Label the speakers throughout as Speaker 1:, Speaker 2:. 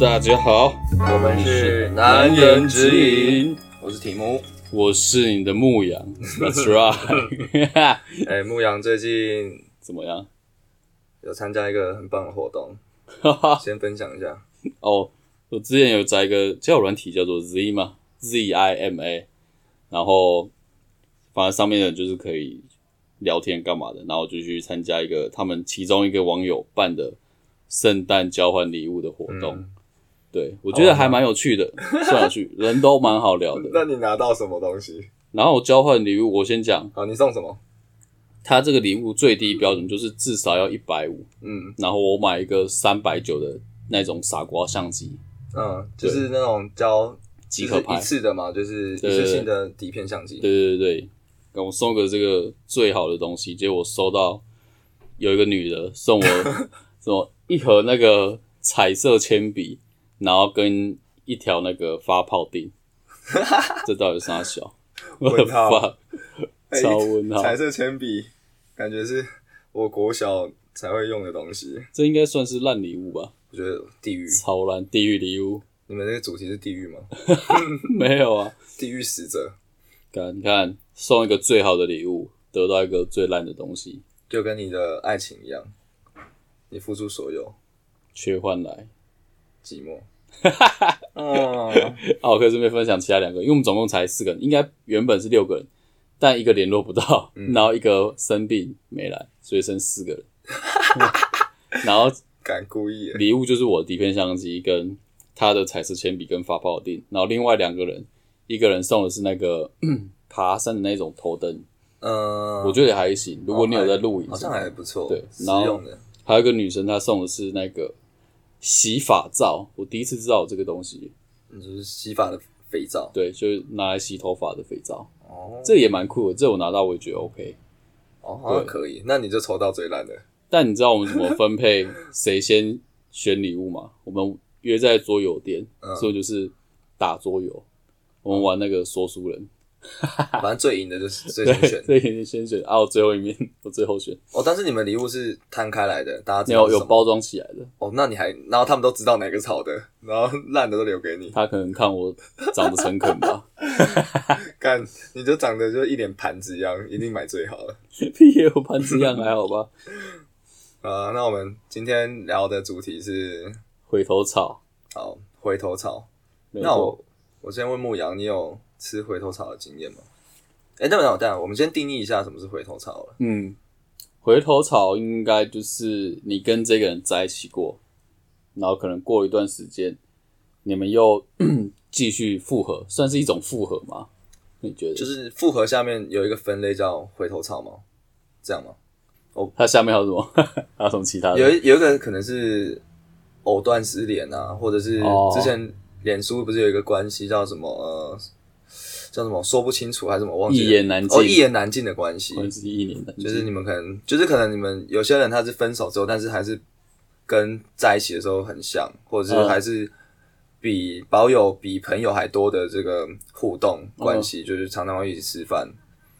Speaker 1: 大家好，
Speaker 2: 我们是南人指引，我是提木。
Speaker 1: 我是你的牧羊，That's right，
Speaker 2: 哎，牧羊最近
Speaker 1: 怎么样？
Speaker 2: 有参加一个很棒的活动，先分享一下。
Speaker 1: 哦，我之前有在一个交友软体叫做 Z 嘛，Z I M A，然后反正上面的就是可以聊天干嘛的，然后我就去参加一个他们其中一个网友办的圣诞交换礼物的活动，
Speaker 2: 嗯
Speaker 1: 对我觉得还蛮有趣 的，算有趣，人都蛮好聊的。
Speaker 2: 嗯那你拿到什么东西？
Speaker 1: 然后我交换礼物，我先讲，
Speaker 2: 好，你送什么？
Speaker 1: 他这个礼物最低标准就是至少要一百五，
Speaker 2: 嗯
Speaker 1: 然后我买一个三百九的那种傻瓜相机，
Speaker 2: 嗯，就是那种胶，
Speaker 1: 即
Speaker 2: 就
Speaker 1: 可
Speaker 2: 是
Speaker 1: 拍
Speaker 2: 一。次的嘛，就是一
Speaker 1: 对对
Speaker 2: 次性的底片相机。
Speaker 1: 对对对对，跟我送个这个最好的东西，结果收到有一个女的送我 什么一盒那个彩色铅笔，然后跟一条那个发泡 钉，这到底是啥小？我的
Speaker 2: 问号
Speaker 1: 发
Speaker 2: 哎
Speaker 1: 超问号，
Speaker 2: 彩色铅笔，感觉是我国小才会用的东西。
Speaker 1: 这应该算是烂礼物吧？
Speaker 2: 我觉得地狱，
Speaker 1: 超烂地狱礼物
Speaker 2: 你们这个主题是地狱吗？
Speaker 1: 没有啊？
Speaker 2: 地狱使者，
Speaker 1: 敢看送一个最好的礼物，得到一个最烂的东西，
Speaker 2: 就跟你的爱情一样，你付出所有，
Speaker 1: 缺换来。
Speaker 2: 寂寞。哦，
Speaker 1: 啊，我可以顺便分享其他两个，因为我们总共才四个人，应该原本是六个人，但一个联络不到，
Speaker 2: 嗯
Speaker 1: 然后一个生病没来，所以剩四个人。 然后
Speaker 2: 敢故意耶，
Speaker 1: 礼物就是我的底片相机跟他的彩色铅笔跟发泡钉，然后另外两个人，一个人送的是那个 爬山的那种头灯，
Speaker 2: 嗯，
Speaker 1: 我觉得也还行。如果你有在露营
Speaker 2: 好
Speaker 1: 什
Speaker 2: 像
Speaker 1: 么的，
Speaker 2: 哦还不错，
Speaker 1: 对
Speaker 2: 实
Speaker 1: 然后
Speaker 2: 用的，
Speaker 1: 还有一个女生她送的是那个洗发皂，我第一次知道有这个东西，
Speaker 2: 嗯就是洗发的肥皂。
Speaker 1: 对，就是拿来洗头发的肥皂。
Speaker 2: 哦，
Speaker 1: 这也蛮酷的，这我拿到我也觉得 OK。
Speaker 2: 哦，好像
Speaker 1: 对
Speaker 2: 可以，那你就抽到最烂 的，
Speaker 1: 但你知道我们怎么分配谁先选礼物吗？我们约在桌游店，
Speaker 2: 嗯
Speaker 1: 所以就是打桌游，我们玩那个说书人，
Speaker 2: 反正最赢的就是最嗯先
Speaker 1: 对
Speaker 2: 选，。
Speaker 1: 这个先选啊，我最后一面， 我最后选，
Speaker 2: 哦，但是你们礼物是摊开来的，大家知
Speaker 1: 没
Speaker 2: 道
Speaker 1: 有
Speaker 2: 是
Speaker 1: 有
Speaker 2: 什么
Speaker 1: 包装起来的，
Speaker 2: 哦，那你还，然后他们都知道哪个是好的，然后烂的都 留给你，
Speaker 1: 他可能看我长得诚恳吧，
Speaker 2: 干你就长得就一脸盘子一样，一定买最好的。
Speaker 1: 屁有盘子一样还好吧，
Speaker 2: 啊、那我们今天聊的主题是
Speaker 1: 回头草，
Speaker 2: 好回头草。
Speaker 1: 没
Speaker 2: 那
Speaker 1: 错，
Speaker 2: 我我先问牧羊，你有吃回头草的经验吗？哎、等等等等，我们先定义一下什么是回头草好了。
Speaker 1: 嗯，回头草应该就是你跟这个人在一起过，然后可能过一段时间，你们又 继续复合，算是一种复合吗？你觉得？
Speaker 2: 就是复合下面有一个分类叫回头草吗？这样吗？
Speaker 1: 它下面还有什么？ 还有什么其他
Speaker 2: 有
Speaker 1: 的？
Speaker 2: 一有一个可能是藕断丝连啊，或者是
Speaker 1: 哦
Speaker 2: 之前脸书不是有一个关系叫什么呃，叫什么说不清楚还是什么忘记了
Speaker 1: 一言难尽
Speaker 2: 哦，一言难尽的关系，
Speaker 1: 关系一年的，哦
Speaker 2: 就是你们可能，就是可能你们有些人他是分手之后，但是还是跟在一起的时候很像，或
Speaker 1: 嗯
Speaker 2: 者是还是比保有比朋友还多的这个互
Speaker 1: 嗯
Speaker 2: 动关系，就是常常会一起吃饭。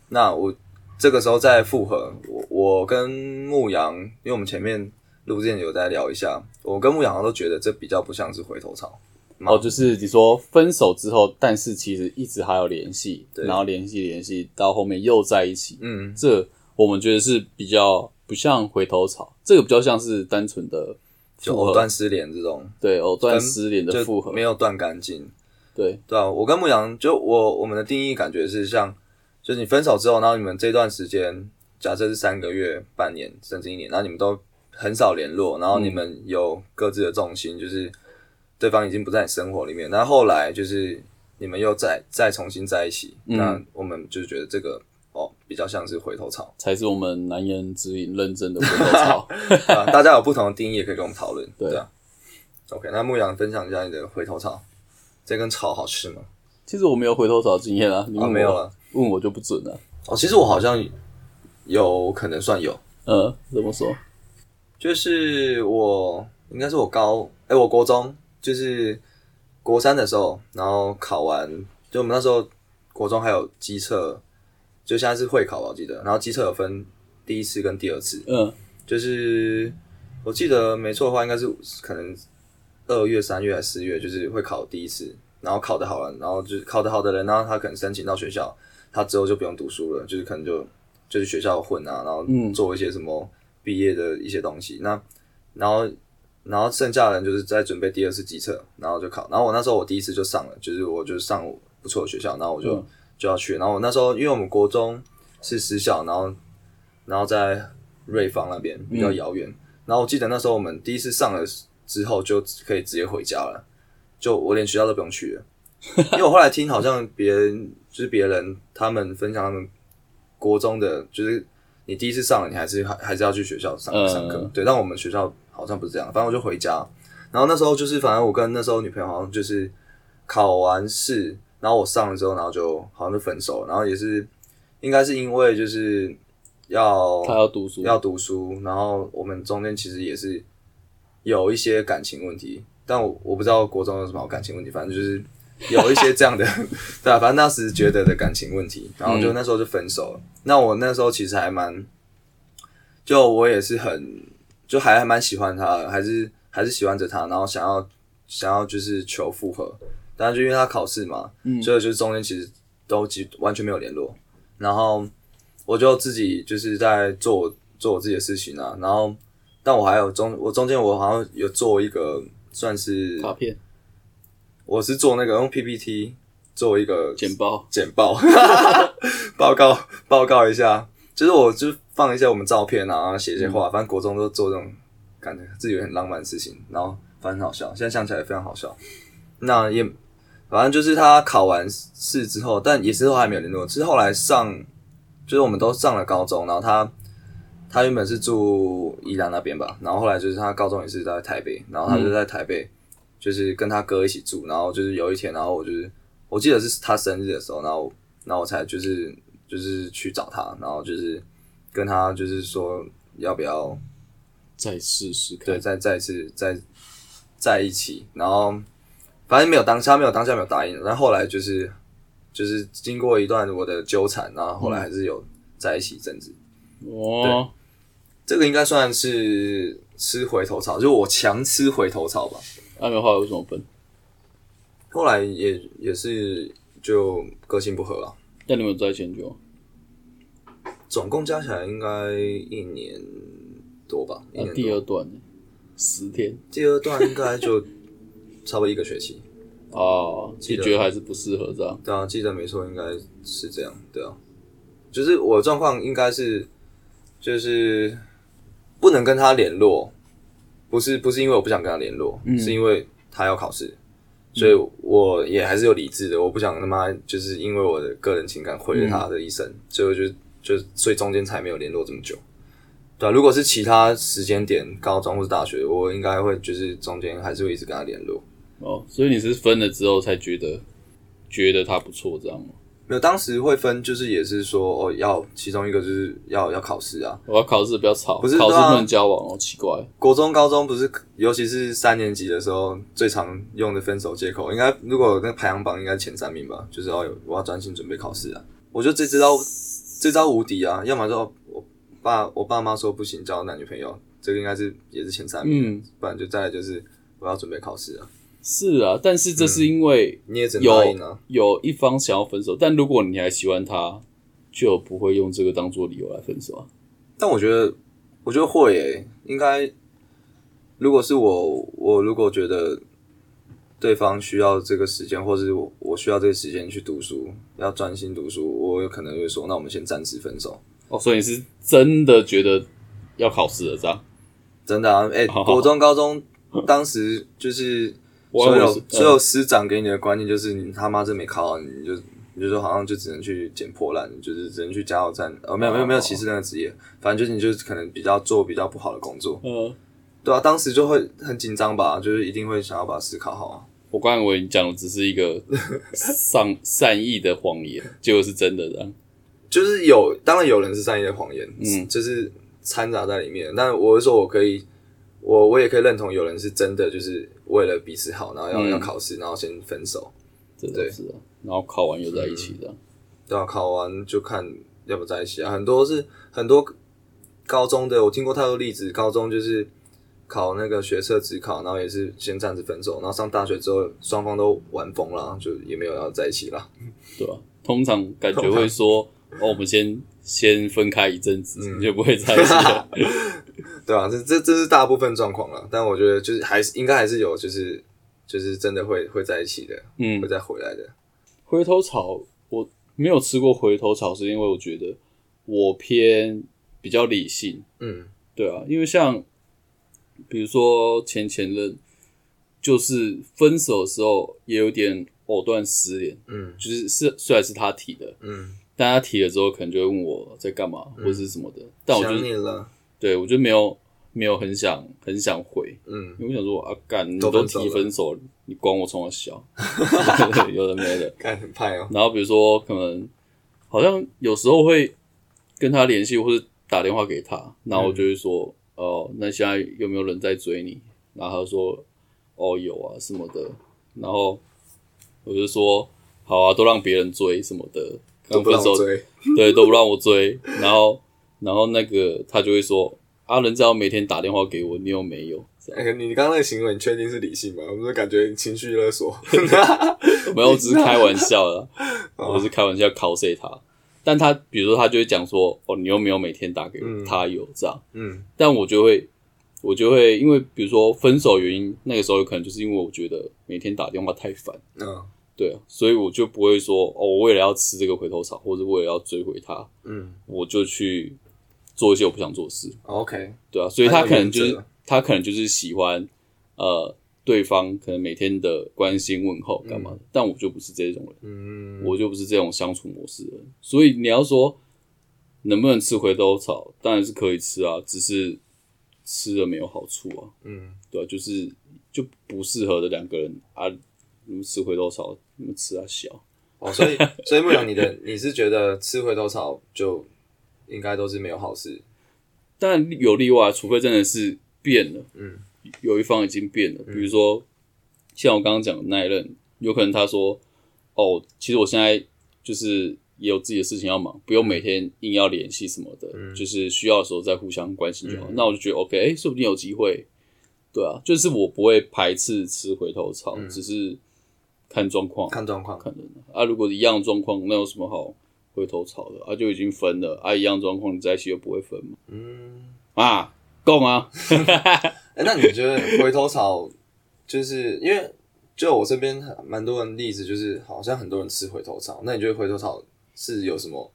Speaker 2: 那我这个时候再复合，我我跟牧羊，因为我们前面录之前有在聊一下，我跟牧羊都觉得这比较不像是回头草，吗
Speaker 1: 哦，就是你说分手之后，但是其实一直还有联系，
Speaker 2: 对
Speaker 1: 然后联系联系到后面又在一起，
Speaker 2: 嗯，
Speaker 1: 这我们觉得是比较不像回头草，这个比较像是单纯的
Speaker 2: 就
Speaker 1: 复合
Speaker 2: 藕断丝连这种，
Speaker 1: 对藕断
Speaker 2: 分
Speaker 1: 丝连的复
Speaker 2: 就
Speaker 1: 合
Speaker 2: 没，有断干净。
Speaker 1: 对，
Speaker 2: 对啊，我跟牧羊就我我们的定义感觉是像，就是你分手之后，然后你们这段时间，假设是三个月、半年甚至一年，然后你们都很少联络，然后你们有各自的重心，就是对方已经不在你生活里面，那后来就是你们又再再重新在一起，
Speaker 1: 嗯
Speaker 2: 那我们就觉得这个哦比较像是回头草
Speaker 1: 才是我们难言之隐认真的回头草。
Speaker 2: 啊，大家有不同的定义也可以跟我们讨论，
Speaker 1: 对
Speaker 2: 对啊。OK，那牧羊分享一下你的回头草，这根草好吃吗？
Speaker 1: 其实我没有回头草经验啊，你
Speaker 2: 啊，
Speaker 1: 问
Speaker 2: 没有
Speaker 1: 我、
Speaker 2: 了。
Speaker 1: 问我就不准啊了。
Speaker 2: 哦，其实我好像有可能算有，
Speaker 1: 呃，怎么说？
Speaker 2: 就是我应该是我高，哎、我国中就是国三的时候，然后考完，就我们那时候国中还有机测，就现在是会考吧，我记得，然后机测有分第一次跟第二次，
Speaker 1: 嗯
Speaker 2: 就是我记得没错的话，应该是可能二月、三月还是四月，就是会考第一次，然后考得好了，然后就是考得好的人，然后他可能申请到学校，他之后就不用读书了，就是可能就就是学校混啊，然后
Speaker 1: 嗯
Speaker 2: 做一些什么毕业的一些东西。那然后然后剩下的人就是在准备第二次机测，然后就考。然后我那时候我第一次就上了，就是我就上不错的学校，然后我就、
Speaker 1: 嗯
Speaker 2: 就要去。然后我那时候因为我们国中是私校，然后然后在瑞芳那边比较遥远。然后我记得那时候我们第一次上了之后就可以直接回家了，就我连学校都不用去了。因为我后来听好像别人就是别人他们分享他们国中的，就是你第一次上了，你还是还还是要去学校上
Speaker 1: 嗯
Speaker 2: 上课。对，但我们学校好像不是这样，反正我就回家。然后那时候就是，反正我跟那时候女朋友好像就是考完试，然后我上了之后，然后就好像就分手了。然后也是应该是因为就是要
Speaker 1: 他要读书，
Speaker 2: 要读书，然后我们中间其实也是有一些感情问题，但我我不知道国中有什么好感情问题，反正就是有一些这样的，对啊，反正当时觉得的感情问题，然后就那时候就分手了。那我那时候其实还蛮，就我也是很，就还还蛮喜欢他的，还是还是喜欢着他，然后想要想要就是求复合，但是就因为他考试嘛，
Speaker 1: 嗯
Speaker 2: 所以就是中间其实都几完全没有联络，然后我就自己就是在做我做我自己的事情啊，然后但我还有中我中间我好像有做一个算是
Speaker 1: 卡片
Speaker 2: 我是做那个用 PPT 做一个
Speaker 1: 简报，
Speaker 2: 简报 报告报告一下，就是我就放一些我们照片啊，然后写一些话，反正国中都做这种感觉自己很浪漫的事情，然后反正很好笑，现在想起来非常好笑。那也反正就是他考完试之后，但也是都还没有联络，是后来上就是我们都上了高中，然后他。他原本是住宜兰那边吧，然后后来就是他高中也是在台北，然后他就在台北，就是跟他哥一起住，然后就是有一天，然后我就是我记得是他生日的时候，然后我然后我才就是就是去找他，然后就是跟他就是说要不要
Speaker 1: 再试试
Speaker 2: 对
Speaker 1: 看。
Speaker 2: 再再一次再在一起，然后反正没有当下没有当下没有答应，但后来就是就是经过一段我的纠缠，然后后来还是有在一起一阵子，
Speaker 1: 哦，
Speaker 2: 这个应该算是吃回头草，就是我强吃回头草吧。
Speaker 1: 那啊没有话有什么分？
Speaker 2: 后来也也是就个性不合啊了。
Speaker 1: 那你们有在一起很久吗？
Speaker 2: 总共加起来应该一年多吧，一
Speaker 1: 那
Speaker 2: 年
Speaker 1: 啊哦第
Speaker 2: 多。
Speaker 1: 二段呢？十天
Speaker 2: 第二段应该就差不多一个学期，
Speaker 1: 哦，
Speaker 2: 记
Speaker 1: 你
Speaker 2: 得
Speaker 1: 觉得还是不适合这样？
Speaker 2: 对啊，记得没错，应该是这样，对啊。就是我的状况应该是，就是不能跟他联络，不是不是因为我不想跟他联络，是因为他要考试，所以我也还是有理智的，我不想他妈就是因为我的个人情感毁了他的一生，所以我就就所以中间才没有联络这么久。对啊，如果是其他时间点，高中或是大学，我应该会就是中间还是会一直跟他联络。
Speaker 1: 哦，所以你是分了之后才觉得觉得他不错这样吗？
Speaker 2: 没有，当时会分，就是也是说哦，要其中一个就是要要考试啊。
Speaker 1: 我要考试不要吵，
Speaker 2: 不是
Speaker 1: 考试
Speaker 2: 对啊
Speaker 1: 不能交往哦，奇怪。
Speaker 2: 国中、高中不是，尤其是三年级的时候，最常用的分手借口，应该如果那排行榜应该前三名吧，就是哦，我要专心准备考试啊。我觉得这招这招无敌啊，要么就哦我爸我爸妈说不行交男女朋友，这个应该是也是前三名，
Speaker 1: 嗯，
Speaker 2: 不然就再来就是我要准备考试啊，
Speaker 1: 是啊，但是这
Speaker 2: 嗯
Speaker 1: 是因为
Speaker 2: 你也只能
Speaker 1: 有
Speaker 2: 答应啊。
Speaker 1: 有一方想要分手，但如果你还喜欢他，就不会用这个当做理由来分手啊。
Speaker 2: 但我觉得，我觉得会诶、应该，如果是我，我如果觉得对方需要这个时间，或是我我需要这个时间去读书，要专心读书，我有可能会说，那我们先暂时分手。
Speaker 1: 哦，所以你是真的觉得要考试了这样？
Speaker 2: 真的啊， 哎、
Speaker 1: 好好好
Speaker 2: 国中、高中，当时就是
Speaker 1: 我
Speaker 2: 所
Speaker 1: 以为
Speaker 2: 有
Speaker 1: 是
Speaker 2: 所有师长给你的观念就是，你他妈这没考好，你就你就说好像就只能去捡破烂，就是只能去加油站。哦，没有没有没有歧视那个职业，反正就是你就是可能比较做比较不好的工作。
Speaker 1: 呃，
Speaker 2: 对啊，当时就会很紧张吧，就是一定会想要把思考好啊。
Speaker 1: 我刚才以为你讲的只是一个善 善意的谎言，结果是真的这样。
Speaker 2: 就是有，当然有人是善意的谎言，
Speaker 1: 嗯
Speaker 2: 就是掺杂在里面。但我是说，我可以，我我也可以认同有人是真的，就是为了彼此好，然后要、
Speaker 1: 嗯
Speaker 2: 要考试，然后先分手，
Speaker 1: 这倒是啊，然后考完又在一起这样。
Speaker 2: 对啊，考完就看要不在一起啊。很多是很多高中的，我听过太多例子，高中就是考那个学测只考，然后也是先暂时分手，然后上大学之后双方都玩疯了，就也没有要在一起了。
Speaker 1: 对吧、通常嗯感觉会说，哦，我们先先分开一阵子，你就不会在一起 了。
Speaker 2: 对啊，这这这是大部分状况了，但我觉得就是还是应该还是有，就是就是真的会会在一起的，
Speaker 1: 嗯
Speaker 2: 会，再回来的。
Speaker 1: 回头草我没有吃过回头草，是因为我觉得我偏比较理性，
Speaker 2: 嗯
Speaker 1: 对啊，因为像比如说前前任，就是分手的时候也有点藕断丝连，
Speaker 2: 嗯
Speaker 1: 就是是虽然是他提的，
Speaker 2: 嗯，
Speaker 1: 但他提了之后可能就会问我在干嘛、或是什么的，但我就
Speaker 2: 想你了。
Speaker 1: 对我就没有没有很想很想回，
Speaker 2: 嗯，
Speaker 1: 因为我想说啊干你
Speaker 2: 都
Speaker 1: 都
Speaker 2: 分手
Speaker 1: 提
Speaker 2: 了
Speaker 1: 分手了，你管我从我 小，有的没的。
Speaker 2: 看很派哦。
Speaker 1: 然后比如说可能好像有时候会跟他联系，或者打电话给他，然后我就
Speaker 2: 嗯
Speaker 1: 会说，哦、那现在有没有人在追你？然后他就说，哦，有啊什么的。然后我就说，好啊，都让别人追什么的，
Speaker 2: 都
Speaker 1: 刚
Speaker 2: 不
Speaker 1: 分
Speaker 2: 让
Speaker 1: 手
Speaker 2: 我，追，
Speaker 1: 对，都不让我追。然后，然后那个他就会说，啊，人家要每天打电话给我，你有没有？这样
Speaker 2: 哎、你刚刚那个行为，你确定是理性吗？我怎么感觉情绪勒索？
Speaker 1: 没有，我只是开玩笑 的，我是开玩笑 cos 他。但他比如说他就会讲说，哦，你又没有每天打给我，
Speaker 2: 嗯
Speaker 1: 他有这样，
Speaker 2: 嗯
Speaker 1: 但我就会，我就会因为比如说分手原因，那个时候有可能就是因为我觉得每天打电话太烦，
Speaker 2: 嗯
Speaker 1: 对啊，所以我就不会说，哦，我为了要吃这个回头草，或者为了要追回他，
Speaker 2: 嗯哦
Speaker 1: 我就去做一些我不想做的事，
Speaker 2: ，OK，
Speaker 1: 对啊，所以他可能就
Speaker 2: 蛮
Speaker 1: 是
Speaker 2: 有原则
Speaker 1: 他可能就是喜欢呃对方可能每天的关心问候干嘛的，但我就不是这种人，
Speaker 2: 嗯，
Speaker 1: 我就不是这种相处模式的人，所以你要说能不能吃回头草，当然是可以吃啊，只是吃了没有好处啊，
Speaker 2: 嗯，
Speaker 1: 对啊，就是就不适合的两个人啊，你们吃回头草，你们吃啊小，
Speaker 2: 哦，所以所以牧羊，你的你是觉得吃回头草就应该都是没有好事，
Speaker 1: 但有例外，除非真的是变了，
Speaker 2: 嗯，
Speaker 1: 有一方已经变了，比如说、像我刚刚讲的那一任，有可能他说，哦，其实我现在就是也有自己的事情要忙，不用每天硬要联系什么的，就是需要的时候再互相关心就好。那我就觉得 OK，哎、说不定有机会，对啊，就是我不会排斥吃回头草，只是看状况，
Speaker 2: 看状况。
Speaker 1: 可能啊，如果一样状况，那有什么好回头草的？啊，就已经分了，啊，一样状况，你在一起又不会分嘛？嗯，啊，够吗？
Speaker 2: 哎、那你觉得回头草就是因为就我身边蛮多人例子，就是好像很多人吃回头草，那你觉得回头草是有什么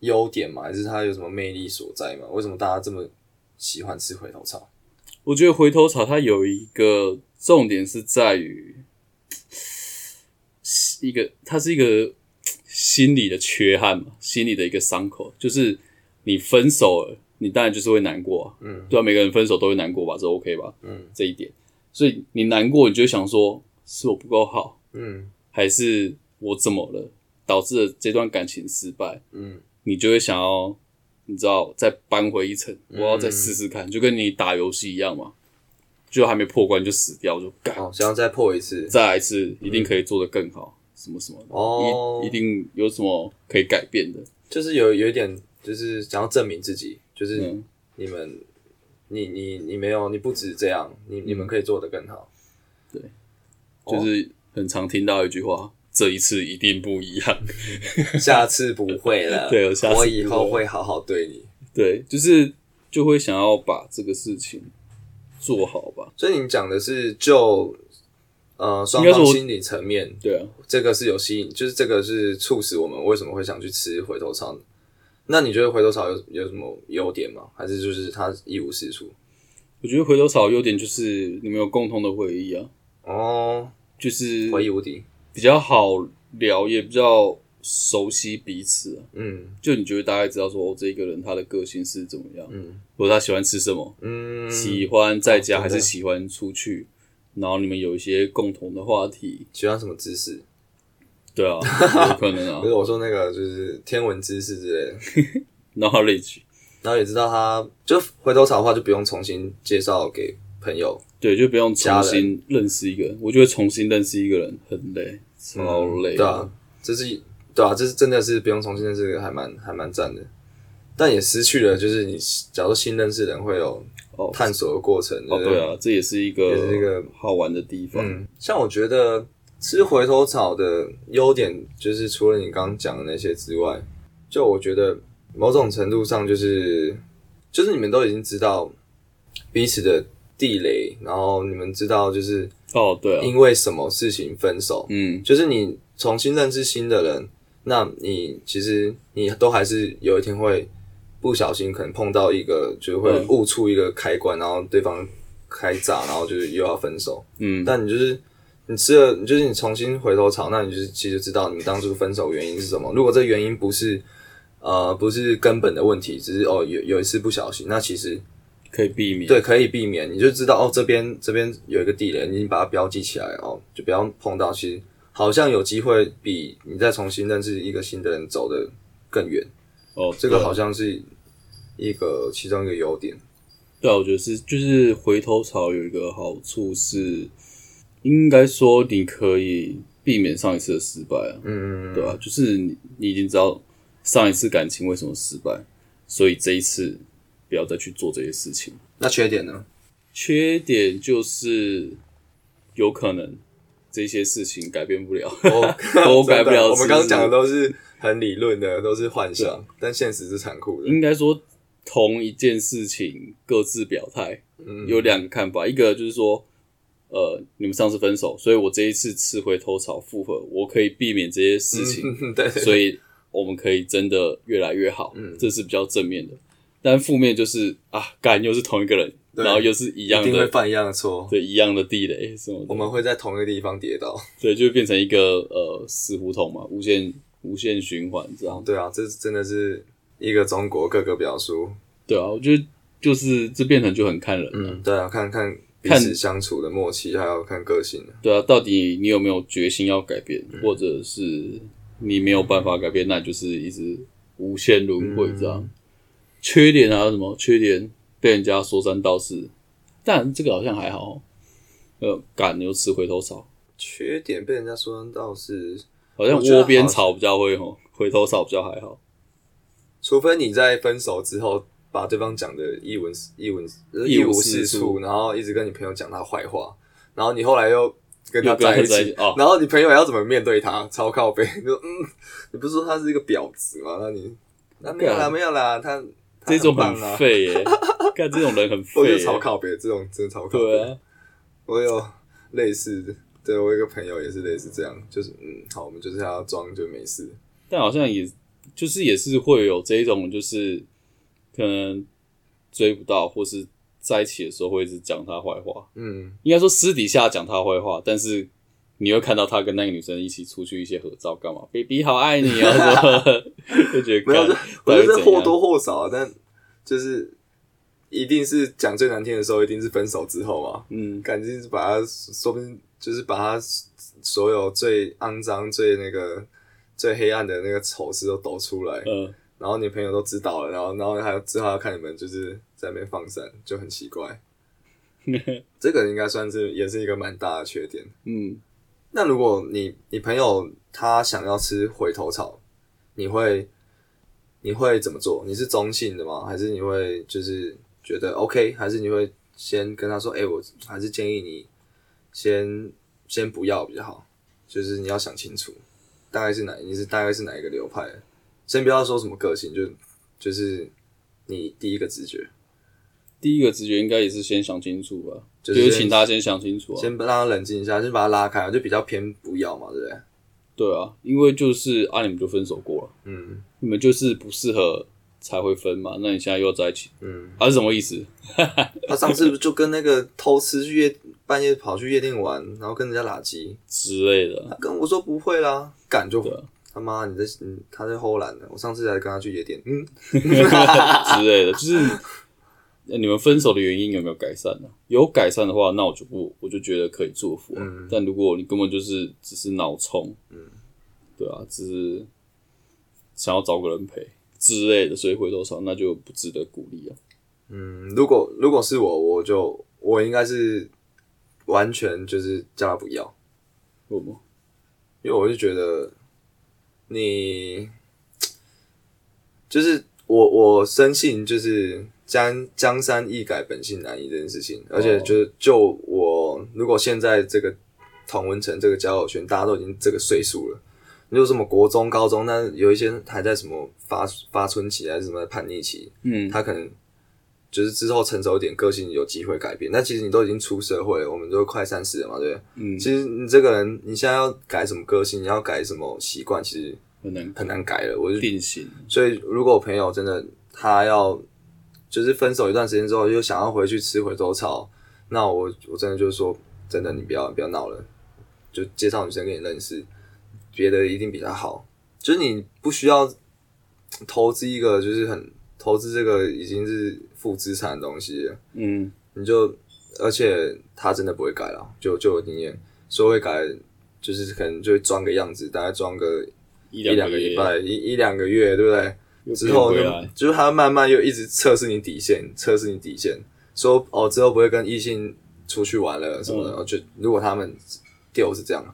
Speaker 2: 优点吗？还是它有什么魅力所在吗？为什么大家这么喜欢吃回头草？
Speaker 1: 我觉得回头草它有一个重点是在于一个，它是一个心理的缺憾嘛，心理的一个伤口，就是你分手了，你当然就是会难过、啊，
Speaker 2: 嗯，
Speaker 1: 对啊，每个人分手都会难过吧，这 OK 吧？
Speaker 2: 嗯，
Speaker 1: 这一点，所以你难过，你就会想说，是我不够好，
Speaker 2: 嗯
Speaker 1: 还是我怎么了，导致了这段感情失败，
Speaker 2: 嗯
Speaker 1: 你就会想要，你知道，再扳回一城，我要
Speaker 2: 嗯
Speaker 1: 再试试看，就跟你打游戏一样嘛，就还没破关就死掉，就干，
Speaker 2: 哦，想要再破一次。
Speaker 1: 再来一次，一定可以做得更好，什么什么的，
Speaker 2: 哦
Speaker 1: 一一定有什么可以改变的，
Speaker 2: 就是有有一点，就是想要证明自己，就是
Speaker 1: 嗯
Speaker 2: 你们，你你你没有，你不止这样，你
Speaker 1: 嗯
Speaker 2: 你们可以做得更好。哦
Speaker 1: 就是很常听到一句话，这一次一定不一样，
Speaker 2: 下次不会了，
Speaker 1: 对我下次不会
Speaker 2: 我以后会好好对你。
Speaker 1: 对，就是就会想要把这个事情做好吧，
Speaker 2: 所以你讲的是就呃双
Speaker 1: 应该
Speaker 2: 方
Speaker 1: 是我
Speaker 2: 心理层面，
Speaker 1: 对啊，
Speaker 2: 这个是有吸引，就是这个是促使我们为什么会想去吃回头草呢？那你觉得回头草有有什么优点吗？还是就是它一无是处？
Speaker 1: 我觉得回头草的优点就是你们有共同的回忆啊，
Speaker 2: 哦，
Speaker 1: 就是
Speaker 2: 回忆无敌，
Speaker 1: 比较好聊，也比较熟悉彼此、啊，
Speaker 2: 嗯
Speaker 1: 就你就会大概知道说、哦、这一个人他的个性是怎么样，
Speaker 2: 嗯
Speaker 1: 或者他喜欢吃什么，
Speaker 2: 嗯，
Speaker 1: 喜欢在
Speaker 2: 哦
Speaker 1: 家还
Speaker 2: 真的
Speaker 1: 是喜欢出去，然后你们有一些共同的话题，
Speaker 2: 喜欢什么姿势？
Speaker 1: 对 啊，有可能啊
Speaker 2: 不是我说那个就是天文知识之类的，
Speaker 1: ，knowledge，
Speaker 2: 然后也知道他就回头草的话就不用重新介绍给朋友，
Speaker 1: 对，就不用重
Speaker 2: 家人
Speaker 1: 新认识一个人，我觉得重新认识一个人很累，超累、
Speaker 2: 对啊，，这是对啊，这是真的是不用重新认识，还蛮还蛮赞的，但也失去了就是你假如说新认识的人会有
Speaker 1: 哦
Speaker 2: 探索的过程。
Speaker 1: 哦，
Speaker 2: 不
Speaker 1: 对啊，这也是一个
Speaker 2: 也是一个
Speaker 1: 好玩的地方。
Speaker 2: 嗯，像我觉得吃回头草的优点，就是除了你刚刚讲的那些之外，就我觉得某种程度上就是，就是你们都已经知道彼此的地雷，然后你们知道就是
Speaker 1: 哦，对啊，
Speaker 2: 因为什么事情分手，
Speaker 1: 嗯，
Speaker 2: 就是你重新认识新的人，那你其实你都还是有一天会不小心可能碰到一个，就是会
Speaker 1: 嗯
Speaker 2: 误触一个开关，然后对方开炸，然后就是又要分手。
Speaker 1: 嗯，
Speaker 2: 但你就是你吃了，就是你重新回头草，那你就是其实就知道你们当初分手原因是什么。如果这原因不是呃不是根本的问题，只是哦有有一次不小心，那其实
Speaker 1: 可以避免。
Speaker 2: 对可以避免，你就知道哦这边这边有一个地雷，你已经把它标记起来哦，就不要碰到。其实好像有机会比你再重新认识一个新的人走得更远，
Speaker 1: 哦，
Speaker 2: 这个
Speaker 1: 对啊
Speaker 2: 好像是一个其中一个优点。
Speaker 1: 对啊，我觉得是，就是回头草有一个好处是，应该说你可以避免上一次的失败啊，
Speaker 2: 嗯，
Speaker 1: 对吧、就是你你已经知道上一次感情为什么失败，所以这一次不要再去做这些事情。
Speaker 2: 那缺点呢？
Speaker 1: 缺点就是有可能这些事情改变不了，
Speaker 2: 哦 都
Speaker 1: 改不了
Speaker 2: 我们刚
Speaker 1: 是不是
Speaker 2: 刚讲的都是很理论的，都是幻想，但现实是残酷的。
Speaker 1: 应该说同一件事情各自表态，
Speaker 2: 嗯
Speaker 1: 有两个看法，一个就是说，呃，你们上次分手，所以我这一次吃回头草复合，我可以避免这些事情，
Speaker 2: 对，
Speaker 1: 所以我们可以真的越来越好，
Speaker 2: 嗯
Speaker 1: 这是比较正面的。但负面就是啊，干又是同一个人，
Speaker 2: 对
Speaker 1: 然后又是一
Speaker 2: 一
Speaker 1: 样
Speaker 2: 定会哦
Speaker 1: 的，
Speaker 2: 犯一样的错。
Speaker 1: 对一样的地雷什么
Speaker 2: 我
Speaker 1: 的，
Speaker 2: 们会在同一个地方跌倒。
Speaker 1: 对，就变成一个呃死胡同嘛，无限无限循环这样。
Speaker 2: 对啊，这真的是一个中国各个表述。
Speaker 1: 对啊，我觉得就是这变成就很看人了，
Speaker 2: 嗯，对啊，看看彼
Speaker 1: 看
Speaker 2: 此相处的默契，还有看个性。
Speaker 1: 对啊，到底你有没有决心要改变，或者是你没有办法改变，那就是一直无限轮
Speaker 2: 嗯
Speaker 1: 回这样。缺点啊，什么缺点被人家说三道四，但这个好像还好哦。呃，赶牛吃回头草，
Speaker 2: 缺点被人家说到是，
Speaker 1: 好像
Speaker 2: 我觉得
Speaker 1: 窝边
Speaker 2: 好
Speaker 1: 草比较会吼，回头草比较还好。
Speaker 2: 除非你在分手之后。把对方讲的一文一文
Speaker 1: 一无
Speaker 2: 无
Speaker 1: 是处
Speaker 2: 是处，然后一直跟你朋友讲他坏话，然后你后来又跟他
Speaker 1: 又跟他
Speaker 2: 在一
Speaker 1: 在一
Speaker 2: 起
Speaker 1: 起哦，
Speaker 2: 然后你朋友要怎么面对他？超靠背，就嗯，你不是说他是一个婊子吗？那你那没有啦，
Speaker 1: 干
Speaker 2: 没有啦，他他
Speaker 1: 这种
Speaker 2: 很
Speaker 1: 很
Speaker 2: 棒啊，
Speaker 1: 废耶、看这种人很
Speaker 2: 我
Speaker 1: 废、
Speaker 2: 就
Speaker 1: 耶
Speaker 2: 超靠背，这种真的超靠
Speaker 1: 对
Speaker 2: 背。
Speaker 1: 啊，
Speaker 2: 我有类似的，对我有一个朋友也是类似这样，就是嗯，好，我们就是要装就没事，
Speaker 1: 但好像也就是也是会有这一种，就是可能追不到，或是在一起的时候会一直讲他坏话。
Speaker 2: 嗯，
Speaker 1: 应该说私底下讲他坏话，但是你会看到他跟那个女生一起出去一些合照，干嘛？baby 好爱你啊，什么 的就觉得
Speaker 2: 没有
Speaker 1: 干
Speaker 2: 就我
Speaker 1: 到
Speaker 2: 觉得
Speaker 1: 底
Speaker 2: 这
Speaker 1: 怎样
Speaker 2: 或多或少，啊但就是一定是讲最难听的时候，一定是分手之后嘛，
Speaker 1: 嗯，
Speaker 2: 感情是把他说不定就是把他所有最肮脏、最那个、最黑暗的那个丑事都抖出来，
Speaker 1: 呃，
Speaker 2: 然后你朋友都知道了，然后然后还有之后还要看你们就是在那边放闪，就很 奇怪。这个应该算是也是一个蛮大的缺点。
Speaker 1: 嗯，
Speaker 2: 那如果你你朋友他想要吃回头草，你会你会怎么做？你是中性的吗？还是你会就是觉得 OK？还是你会先跟他说，哎、我还是建议你先先不要比较好，就是你要想清楚，大概是哪你是大概是哪一个流派的？先不要说什么个性，就就是你第一个直觉，
Speaker 1: 第一个直觉应该也是先想清楚吧，
Speaker 2: 就
Speaker 1: 就是是
Speaker 2: 先
Speaker 1: 请他先想清楚啊，
Speaker 2: 先让他冷静一下，先把他拉开，就比较偏不要嘛，对不对？
Speaker 1: 对啊，因为就是啊，你们就分手过了，
Speaker 2: 嗯
Speaker 1: 你们就是不适合才会分嘛，那你现在又要在一起，
Speaker 2: 嗯。
Speaker 1: 啊是什么意思？
Speaker 2: 他上次就跟那个偷吃去夜半夜跑去夜店玩，然后跟人家拉鸡，
Speaker 1: 之类的，
Speaker 2: 他跟我说不会啦，敢就
Speaker 1: 对啊
Speaker 2: 他妈你在你他在偷懒的，我上次才跟他去夜店，嗯，
Speaker 1: 之类的，就是呃你们分手的原因有没有改善呢、有改善的话，那我就不，我就觉得可以祝福啊、
Speaker 2: 嗯
Speaker 1: 但如果你根本就是只是脑冲，嗯，对啊，只是想要找个人陪之类的，所以回头草那就不值得鼓励啊。
Speaker 2: 嗯如果如果是我，我就我应该是完全就是叫他不要，
Speaker 1: 为什么？
Speaker 2: 因为我就觉得你就是我我深信就是江江山易改，本性难移这件事情，而且就是就我如果现在这个同文层这个交友圈，大家都已经这个岁数了，你说什么国中、高中，但是有一些还在什么发发春期还是什么叛逆期，
Speaker 1: 嗯，
Speaker 2: 他可能就是之后成熟一点，个性有机会改变。但其实你都已经出社会了，我们都快三十了嘛，对不对？
Speaker 1: 嗯
Speaker 2: 其实你这个人，你现在要改什么个性，你要改什么习惯，其实
Speaker 1: 很难
Speaker 2: 很难改了。我就
Speaker 1: 定型。
Speaker 2: 所以，如果我朋友真的他要就是分手一段时间之后，又想要回去吃回头草，那我我真的就是说，真的你不要不要闹了，就介绍女生给你认识，别的一定比她好。就是你不需要投资一个就是很投资这个已经是负资产的东西了，
Speaker 1: 嗯，
Speaker 2: 你就而且他真的不会改了，就就我经验说会改，就是可能就会装个样子，大概装个
Speaker 1: 一
Speaker 2: 一两
Speaker 1: 个
Speaker 2: 个礼
Speaker 1: 月
Speaker 2: 拜，一一两个月，对不对？
Speaker 1: 又
Speaker 2: 之后
Speaker 1: 变
Speaker 2: 就
Speaker 1: 回来，
Speaker 2: 就是他慢慢又一直测试你底线，测试你底线，说哦之后不会跟异性出去玩了什么的。
Speaker 1: 嗯
Speaker 2: 我就如果他们丢是这样，啊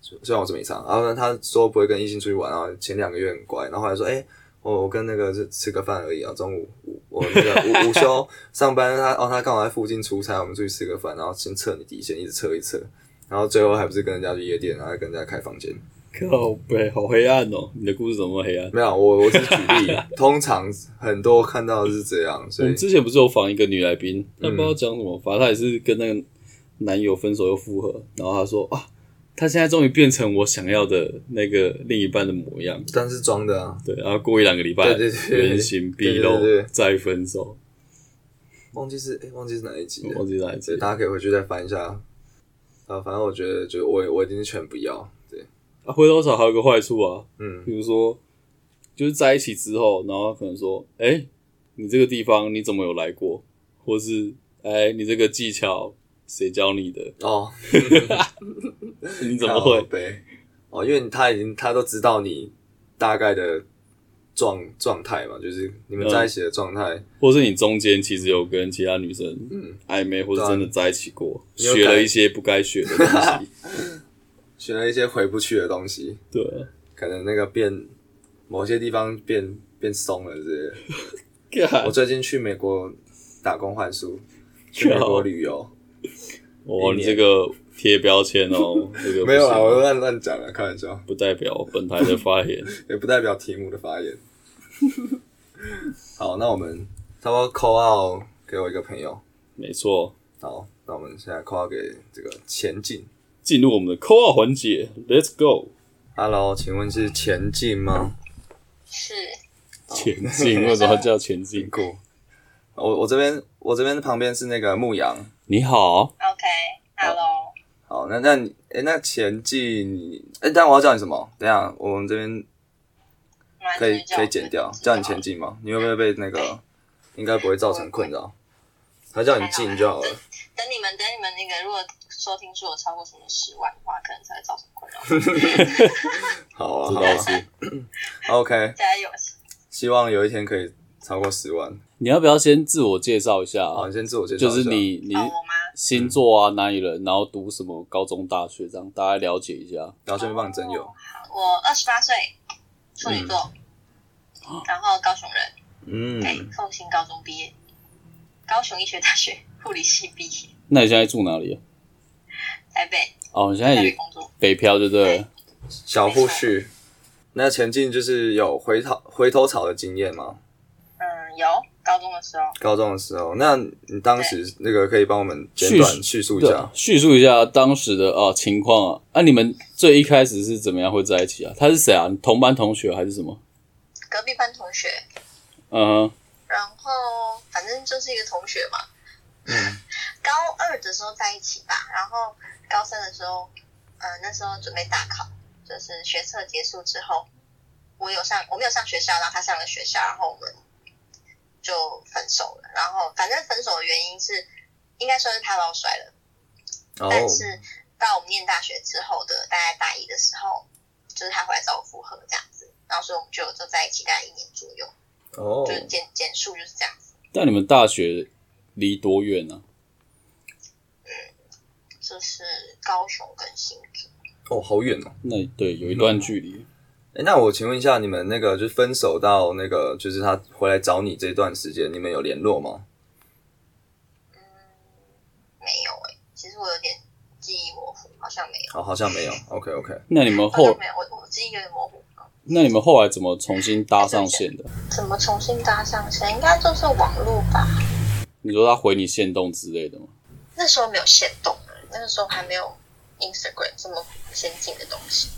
Speaker 2: 虽虽然我是没唱，然后呢他说不会跟异性出去玩啊，然后前两个月很乖，然后后来说哎、我我跟那个是吃个饭而已啊，中午午我那个午午休上班他哦他刚好在附近出差，我们出去吃个饭，然后先测你底线，一直测一测。然后最后还不是跟人家去夜店，然后还跟人家开房间。
Speaker 1: 靠背，好黑暗哦！你的故事怎么那么黑暗？
Speaker 2: 没有，我我只是举例，通常很多看到的是这样，
Speaker 1: 我
Speaker 2: 所以
Speaker 1: 们之前不是有访一个女来宾，她不知道
Speaker 2: 嗯
Speaker 1: 讲什么，反正她也是跟那个男友分手又复合，然后她说啊，她现在终于变成我想要的那个另一半的模样。
Speaker 2: 但是装的啊，
Speaker 1: 对，然后过一两个礼拜，
Speaker 2: 对对对
Speaker 1: 原形毕露，
Speaker 2: 对对对
Speaker 1: 再分手，
Speaker 2: 忘记是哎、忘记是哪一集
Speaker 1: 我
Speaker 2: 了，
Speaker 1: 忘记哪一集
Speaker 2: 对，大家可以回去再翻一下。啊，反正我觉得，就我我已经全不要，对，
Speaker 1: 啊，回头草还有个坏处啊，
Speaker 2: 嗯，
Speaker 1: 比如说就是在一起之后，然后可能说，哎、你这个地方你怎么有来过，或是哎、你这个技巧谁教你的，
Speaker 2: 哦，
Speaker 1: 你怎么会？
Speaker 2: 对，哦，因为他已经他都知道你大概的状状态嘛，就是你们
Speaker 1: 嗯
Speaker 2: 在一起的状态，
Speaker 1: 或是你中间其实有跟其他女生
Speaker 2: 嗯啊
Speaker 1: 暧昧，或是真的在一起过，
Speaker 2: 你有
Speaker 1: 学了
Speaker 2: 改
Speaker 1: 一些不该学的东 西。
Speaker 2: 学了一些回不去的东西，
Speaker 1: 对啊，
Speaker 2: 可能那个变某些地方变变松了之类的。我
Speaker 1: 干
Speaker 2: 最近去美国打工换宿，去美国旅游，
Speaker 1: 哇，
Speaker 2: 一
Speaker 1: 你
Speaker 2: 年
Speaker 1: 这个贴标签 哦，这个不
Speaker 2: 没有啦，
Speaker 1: 行
Speaker 2: 我乱乱讲了，开玩笑。
Speaker 1: 不代表本台的发言。
Speaker 2: 也不代表题目的发言。 好，那我们差不多 call out 给我一个朋友。
Speaker 1: 没错，
Speaker 2: 好，那我们现在 call out 给这个前进。
Speaker 1: 进入我们的扣二环节，Let's go，
Speaker 2: Hello，请问是前进吗？
Speaker 3: 是
Speaker 1: 前进。为什么叫前 进？
Speaker 2: 过。我我这边我这边旁边是那个牧羊。
Speaker 1: 你好，啊
Speaker 3: OK，Hello，、
Speaker 2: 好，那那你哎、那前进，哎、但我要叫你什么？等一下我们这边
Speaker 3: 那
Speaker 2: 可以
Speaker 3: 就是叫
Speaker 2: 可以
Speaker 3: 我
Speaker 2: 剪
Speaker 3: 们
Speaker 2: 掉，
Speaker 3: 自己
Speaker 2: 叫你
Speaker 3: 好哎
Speaker 2: 前进吗？你会不会被那个？应该不会造成困扰。他叫你进就好了。
Speaker 3: 等你们等你们那个，如果收听数有超过什么十万的话，可能才会造成 困扰。
Speaker 1: 这
Speaker 2: 好啊，好
Speaker 1: 倒
Speaker 2: 啊
Speaker 1: 是。
Speaker 2: ，OK。
Speaker 3: 加油！
Speaker 2: 希望有一天可以超过十万。
Speaker 1: 你要不要先自我介绍一下
Speaker 2: 好，
Speaker 1: 啊？
Speaker 2: 你先自我介绍
Speaker 1: 就
Speaker 2: 一下。
Speaker 1: 是你你
Speaker 3: 哦，我吗？
Speaker 1: 星座啊，哪里人，然后读什么高中、大学，这样大家了解一下。
Speaker 2: 然后顺便帮你征
Speaker 3: 哦
Speaker 2: 友。
Speaker 3: 我二十八岁，处女座，然后高雄人，
Speaker 2: 哦嗯
Speaker 3: 哎、凤新高中毕业，高雄医学大学护理系毕业，
Speaker 1: 那你现在住哪里啊？
Speaker 3: 台北
Speaker 1: 哦，你现
Speaker 2: 哎
Speaker 1: 在
Speaker 3: 台北
Speaker 1: 也
Speaker 3: 工作，
Speaker 1: 北漂就对了。
Speaker 2: 小护士。那前进就是有回头回头草的经验吗？
Speaker 3: 嗯，有高中的时候，
Speaker 2: 高中的时候，那你当时那个可以帮我们简
Speaker 1: 叙
Speaker 2: 短
Speaker 1: 述
Speaker 2: 叙述一
Speaker 1: 对
Speaker 2: 下，
Speaker 1: 叙述一下当时的啊情况啊。啊，你们最一开始是怎么样会在一起啊？他是谁啊？你同班同学还是什么？
Speaker 3: 隔壁班同学，
Speaker 1: 嗯哼，
Speaker 3: 然后反正就是一个同学嘛。高二的时候在一起吧，然后高三的时候，呃，那时候准备大考，就是学测结束之后，我有上，我没有上学校，然后他上了学校，然后我们就分手了。然后反正分手的原因是，应该算是他把我甩了，
Speaker 2: 然后
Speaker 3: 但是到我们念大学之后的大概大一的时候，就是他回来找我复合这样子，然后所以我们就就在一起大概一年左右，
Speaker 2: 哦
Speaker 3: 就是简简述就是这样子，
Speaker 1: 但你们大学离多远啊？
Speaker 3: 就是高雄跟新竹。
Speaker 2: 哦，好远哦，
Speaker 1: 那对有一段距离。
Speaker 2: 哎，那我请问一下，你们那个就是分手到那个就是他回来找你这段时间，你们有联络吗？
Speaker 3: 没有哎、其实我有点记忆模糊，好像没有，
Speaker 2: 哦，好像没有。OK OK，
Speaker 1: 那你们
Speaker 3: 好像
Speaker 1: 后
Speaker 3: 没有，我我记忆有点模糊。嗯
Speaker 1: 那你们后来怎么重新搭上线的？
Speaker 3: 怎么重新搭上线？应该就是网络吧。
Speaker 1: 你说他回你线动之类的吗？
Speaker 3: 那时候没有限动，那个时候还没有 Instagram 这么先进的东西，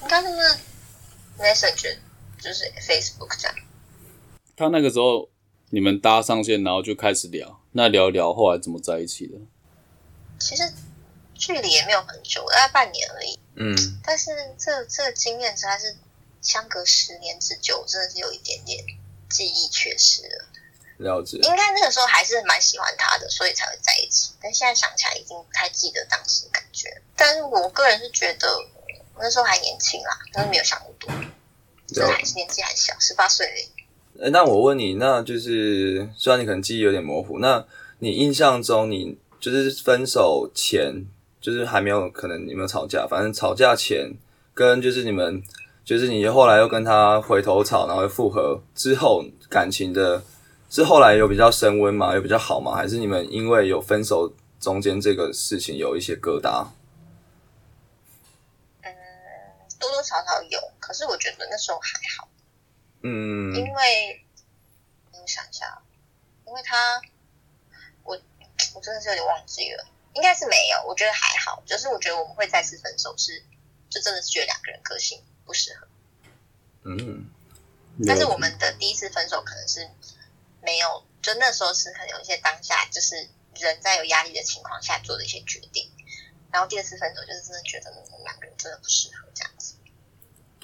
Speaker 3: 应该就是 Messenger，就是 Facebook 这样。
Speaker 1: 他那个时候你们搭上线，然后就开始聊，那聊一聊后来怎么在一起的？
Speaker 3: 其实距离也没有很久，大概半年而已。
Speaker 2: 嗯，
Speaker 3: 但是这这个经验实在是相隔十年之久，真的是有一点点记忆缺失了。
Speaker 2: 了解。
Speaker 3: 应该那个时候还是蛮喜欢他的，所以才会在一起。但现在想起来，已经不太记得当时的感觉。但是我个人是觉得嗯那时候还年轻啦，真的没有想那么多，真的还是年纪还小，十八岁而已。
Speaker 2: 哎，那我问你，那就是虽然你可能记忆有点模糊，那你印象中你就是分手前，就是还没有可能你们吵架，反正吵架前跟就是你们就是你后来又跟他回头吵，然后又复合之后，感情的是后来有比较升温吗？有比较好吗？还是你们因为有分手中间这个事情有一些疙瘩？
Speaker 3: 嗯多多少少有，可是我觉得那时候还好，
Speaker 2: 嗯，
Speaker 3: 因为嗯我想一下，因为他，我我真的是有点忘记了，应该是没有，我觉得还好，就是我觉得我们会再次分手是，就真的是觉得两个人个性不适合。
Speaker 2: 嗯，
Speaker 3: 但是
Speaker 1: 嗯
Speaker 3: 我们的第一次分手可能是没有，就那时候是可能有一些当下就是人在有压力的情况下做的一些决定，然后第二次分手就是真的觉得我们两个人真的不适合这样子。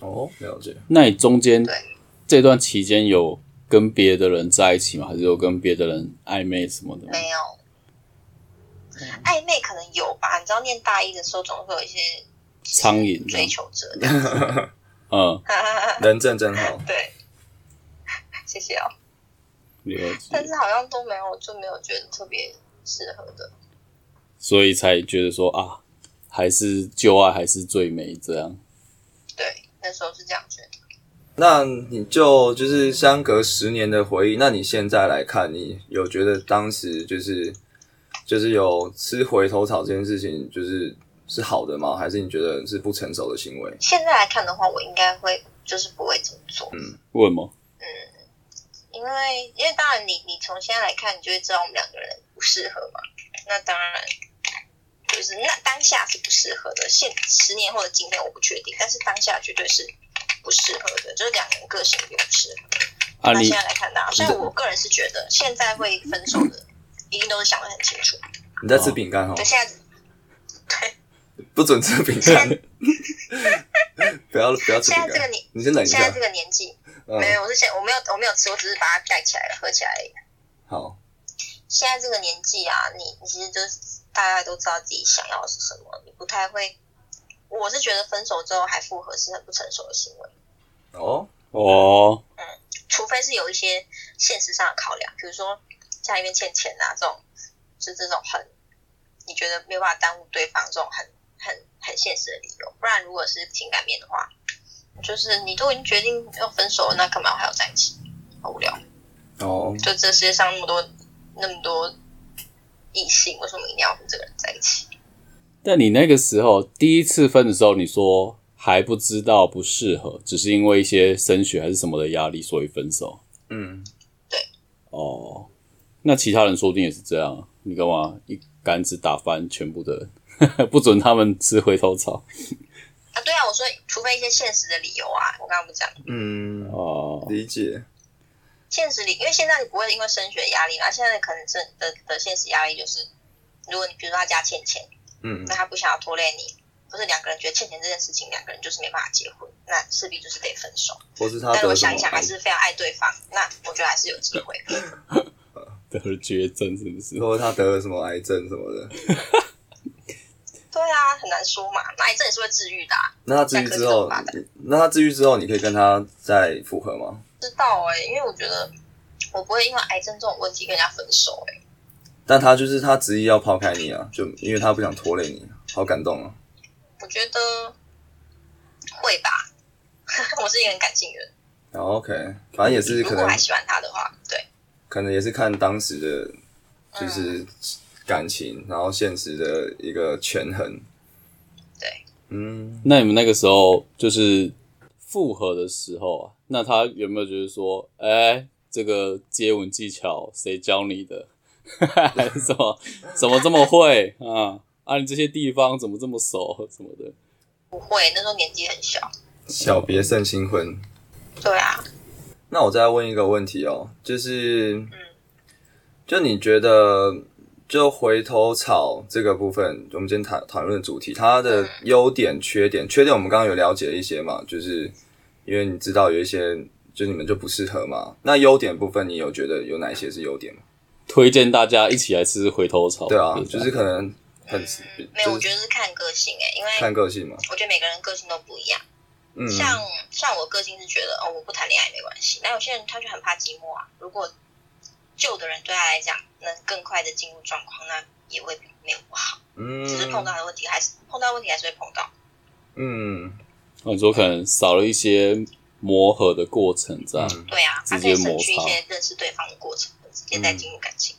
Speaker 2: 哦，了解。
Speaker 1: 那你中间
Speaker 3: 对
Speaker 1: 这段期间有跟别的人在一起吗？还是有跟别的人暧昧什么的吗？
Speaker 3: 没有
Speaker 1: 嗯
Speaker 3: 暧昧可能有吧，你知道念大一的时候总会有一些
Speaker 1: 苍蝇啊这
Speaker 3: 追
Speaker 1: 样
Speaker 3: 求者这样子，
Speaker 1: 嗯，
Speaker 2: 人证真好，
Speaker 3: 对， 谢谢
Speaker 1: 嗯
Speaker 3: 哦。
Speaker 1: 了
Speaker 3: 但
Speaker 1: 解，
Speaker 3: 是好像都没有，就没有觉得特别适合的。
Speaker 1: 所以才觉得说啊，还是旧爱还是最美这样。
Speaker 3: 对，那时候是这样觉得。
Speaker 2: 那你就就是相隔十年的回忆，那你现在来看，你有觉得当时就是就是有吃回头草这件事情，就是是好的吗？还是你觉得是不成熟的行为？
Speaker 3: 现在来看的话，我应该会就是不会这么做。
Speaker 1: 为什么？
Speaker 3: 因为因为当然你你从现在来看，你就会知道我们两个人不适合嘛。那当然就是那当下是不适合的，现十年后的今天我不确定，但是当下绝对是不适合的，就是两个人个性也不适合。
Speaker 1: 啊
Speaker 3: 那
Speaker 1: 你
Speaker 3: 现在来看到，所以我个人是觉得现在会分手的，一定都是想得很清楚。
Speaker 2: 你在吃饼干哦
Speaker 3: 就，现在
Speaker 2: 不准吃饼干， 不要不要吃饼
Speaker 3: 现在这个
Speaker 2: 干
Speaker 3: 你，
Speaker 2: 你先等一
Speaker 3: 现在
Speaker 2: 下
Speaker 3: 这，个年纪，
Speaker 2: 嗯，
Speaker 3: 没有，我是现我没有我没有吃，我只是把它盖起来了，合起来而已。
Speaker 2: 好，
Speaker 3: 现在这个年纪啊，你你其实就是大概都知道自己想要的是什么，你不太会。我是觉得分手之后还复合是很不成熟的行为，
Speaker 2: 哦，
Speaker 1: 哦，
Speaker 3: 除非是有一些现实上的考量，比如说家里面欠钱啊这种，是这种很你觉得没有办法耽误对方这种很很很现实的理由。不然如果是情感面的话，就是你都已经决定要分手了，那干嘛还要在一起？好无聊。
Speaker 2: 哦，
Speaker 3: 就这世界上那么多那么多异性，为什么一定要跟这个人在一起？
Speaker 1: 但你那个时候第一次分的时候，你说还不知道不适合，只是因为一些升学还是什么的压力，所以分手。
Speaker 2: 嗯，
Speaker 1: 哦，那其他人说不定也是这样啊。你干嘛一竿子打翻全部的 人，不准他们吃回头草
Speaker 3: 啊，对啊，我说除非一些现实的理由啊，我刚刚不讲
Speaker 2: 嗯，
Speaker 1: 哦？
Speaker 2: 理解，
Speaker 3: 现实理，因为现在你不会因为升学压力嘛，现在可能是的的现实压力就是，如果你比如说他家欠钱，
Speaker 2: 嗯
Speaker 3: 那他不想要拖累你，或是两个人觉得欠钱这件事情，两个人就是没办法结婚，那势必就是得分手。
Speaker 2: 或是他
Speaker 3: 但如
Speaker 2: 得
Speaker 3: 果
Speaker 2: 什
Speaker 3: 想一
Speaker 2: 么
Speaker 3: 想还
Speaker 2: 癌，
Speaker 3: 是非常爱对方，那我觉得还是有机会的。
Speaker 1: 得了绝症是不是？
Speaker 2: 或者他得了什么癌症什么的，
Speaker 3: 对啊，很难说嘛，那癌症也是会治愈的、啊。
Speaker 2: 那他治愈之后
Speaker 3: 那可是，
Speaker 2: 那他治愈之后，你可以跟他再复合吗？
Speaker 3: 知道哎、因为我觉得我不会因为癌症这种问题跟人家分手哎、
Speaker 2: 但他就是他执意要抛开你啊，就因为他不想拖累你，好感动啊！
Speaker 3: 我觉得会吧， 我是一个很感性的人，
Speaker 2: 然后 OK，反正也是可
Speaker 3: 如果
Speaker 2: 能
Speaker 3: 还喜欢他的话，对，
Speaker 2: 可能也是看当时的，就是感情，然后现实的一个权衡。
Speaker 3: 对，
Speaker 2: 嗯，
Speaker 1: 那你们那个时候就是复合的时候啊，那他有没有就是说，哎、这个接吻技巧谁教你的？ 还是什么怎么这么会啊？啊，你这些地方怎么这么熟什么的？
Speaker 3: 不会，那时候年纪很小，
Speaker 2: 小别胜新婚。
Speaker 3: 对啊，
Speaker 2: 那我再问一个问题哦，就是，
Speaker 3: 嗯
Speaker 2: 就你觉得，就回头草这个部分，我们今天讨讨论的主题，它
Speaker 3: 嗯
Speaker 2: 的优点、缺点，缺点我们刚刚有了解一些嘛，就是因为你知道有一些，就你们就不适合嘛。那优点部分，你有觉得有哪一些是优点吗？
Speaker 1: 推荐大家一起来吃回头草。
Speaker 2: 对
Speaker 3: 哦
Speaker 2: 啊，就是可能很，
Speaker 3: 嗯没有，我
Speaker 2: 嗯就是
Speaker 3: 觉得是看个性哎、因
Speaker 2: 看
Speaker 3: 为
Speaker 2: 个性嘛。
Speaker 3: 我觉得每个人个性都不一样。
Speaker 2: 嗯，
Speaker 3: 像像我个性是觉得哦，我不谈恋爱也没关系。那有些人他就很怕寂寞啊。如果旧的人对他来讲能更快的进入状况，那也未必没有不好。
Speaker 2: 嗯
Speaker 3: 只是碰到的问题还是碰到问题还是会碰到。
Speaker 2: 嗯
Speaker 1: 我说可能少了一些磨合的过程，这样。
Speaker 2: 嗯
Speaker 3: 对啊，他
Speaker 1: 直接
Speaker 3: 可以
Speaker 1: 摩擦
Speaker 3: 省去一些认识对方的过程，直接
Speaker 2: 嗯
Speaker 3: 再进入感情，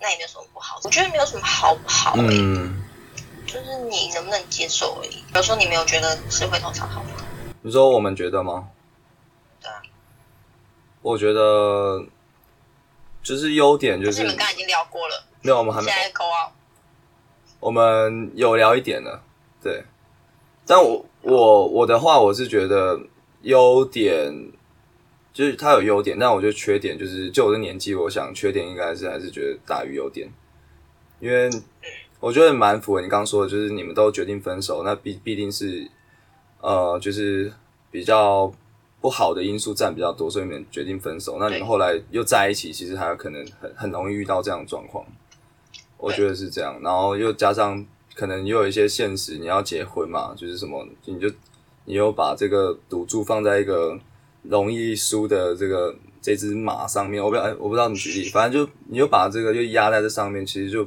Speaker 3: 那也没有什么不好。我觉得没有什么好不好、欸，
Speaker 2: 嗯，
Speaker 3: 就是你能不能接受而已。比如说你没有觉得是回头草好吗？
Speaker 2: 你说我们觉得吗？
Speaker 3: 对啊，
Speaker 2: 我觉得就是优点就
Speaker 3: 但是
Speaker 2: 是
Speaker 3: 你们刚才已经聊过了，
Speaker 2: 没有，我们还
Speaker 3: 现
Speaker 2: 没，
Speaker 3: 在勾啊，
Speaker 2: 我们有聊一点了，对。但我我我的话，我是觉得优点就是它有优点，但我觉得缺点就是就我的年纪，我想缺点应该是还是觉得大于优点，因为我觉得蛮符合你刚刚说的，就是你们都决定分手，那必必定是呃，就是比较不好的因素占比较多，所以你们决定分手，那你们
Speaker 3: 对
Speaker 2: 后来又在一起，其实还有可能很很容易遇到这样的状况，我觉得是这样，然后又加上可能又有一些现实，你要结婚嘛，就是什么你就你又把这个赌注放在一个容易输的这个这只马上面，我不知道，哎我不知道怎么举例，反正就你就把这个就压在这上面，其实就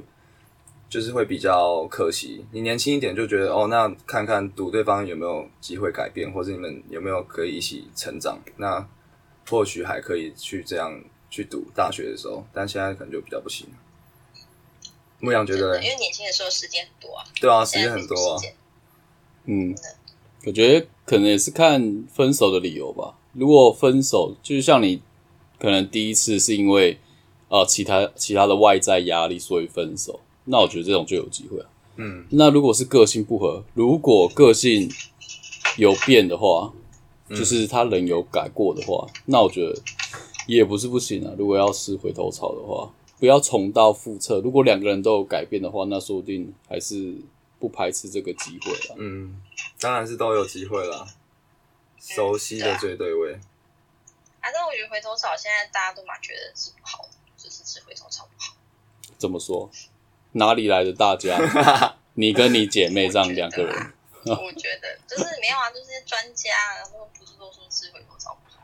Speaker 2: 就是会比较可惜。你年轻一点就觉得哦，那看看赌对方有没有机会改变，或者你们有没有可以一起成长，那或许还可以去这样去赌大学的时候，但现在可能就比较不行。牧羊觉
Speaker 3: 真
Speaker 2: 得
Speaker 3: 的，
Speaker 2: 嘞
Speaker 3: 因，为年轻的时候时间很多啊，
Speaker 2: 对啊，时
Speaker 3: 现在
Speaker 2: 间
Speaker 3: 没
Speaker 2: 很
Speaker 3: 什么
Speaker 2: 多啊
Speaker 3: 时，间
Speaker 1: 嗯，我觉得可能也是看分手的理由吧。如果分手，就是像你可能第一次是因为呃其他其他的外在压力所以分手，那我觉得这种就有机会啊。
Speaker 2: 嗯
Speaker 1: 那如果是个性不合，如果个性有变的话，
Speaker 2: 嗯
Speaker 1: 就是他人有改过的话，那我觉得也不是不行啊。如果要吃回头草的话，不要重蹈覆辙。如果两个人都有改变的话，那说不定还是不排斥这个机会啊。
Speaker 2: 嗯，当然是都有机会啦。熟悉的最对味，
Speaker 3: 反啊正我觉得回头草现在大家都蛮觉得是不好的，就是只回头草不好。
Speaker 1: 怎么说？哪里来的大家？ 你跟你姐妹这样两个人，
Speaker 3: 啊我觉得就是没有啊，就是专家啊，然后不是都说吃回头草不好，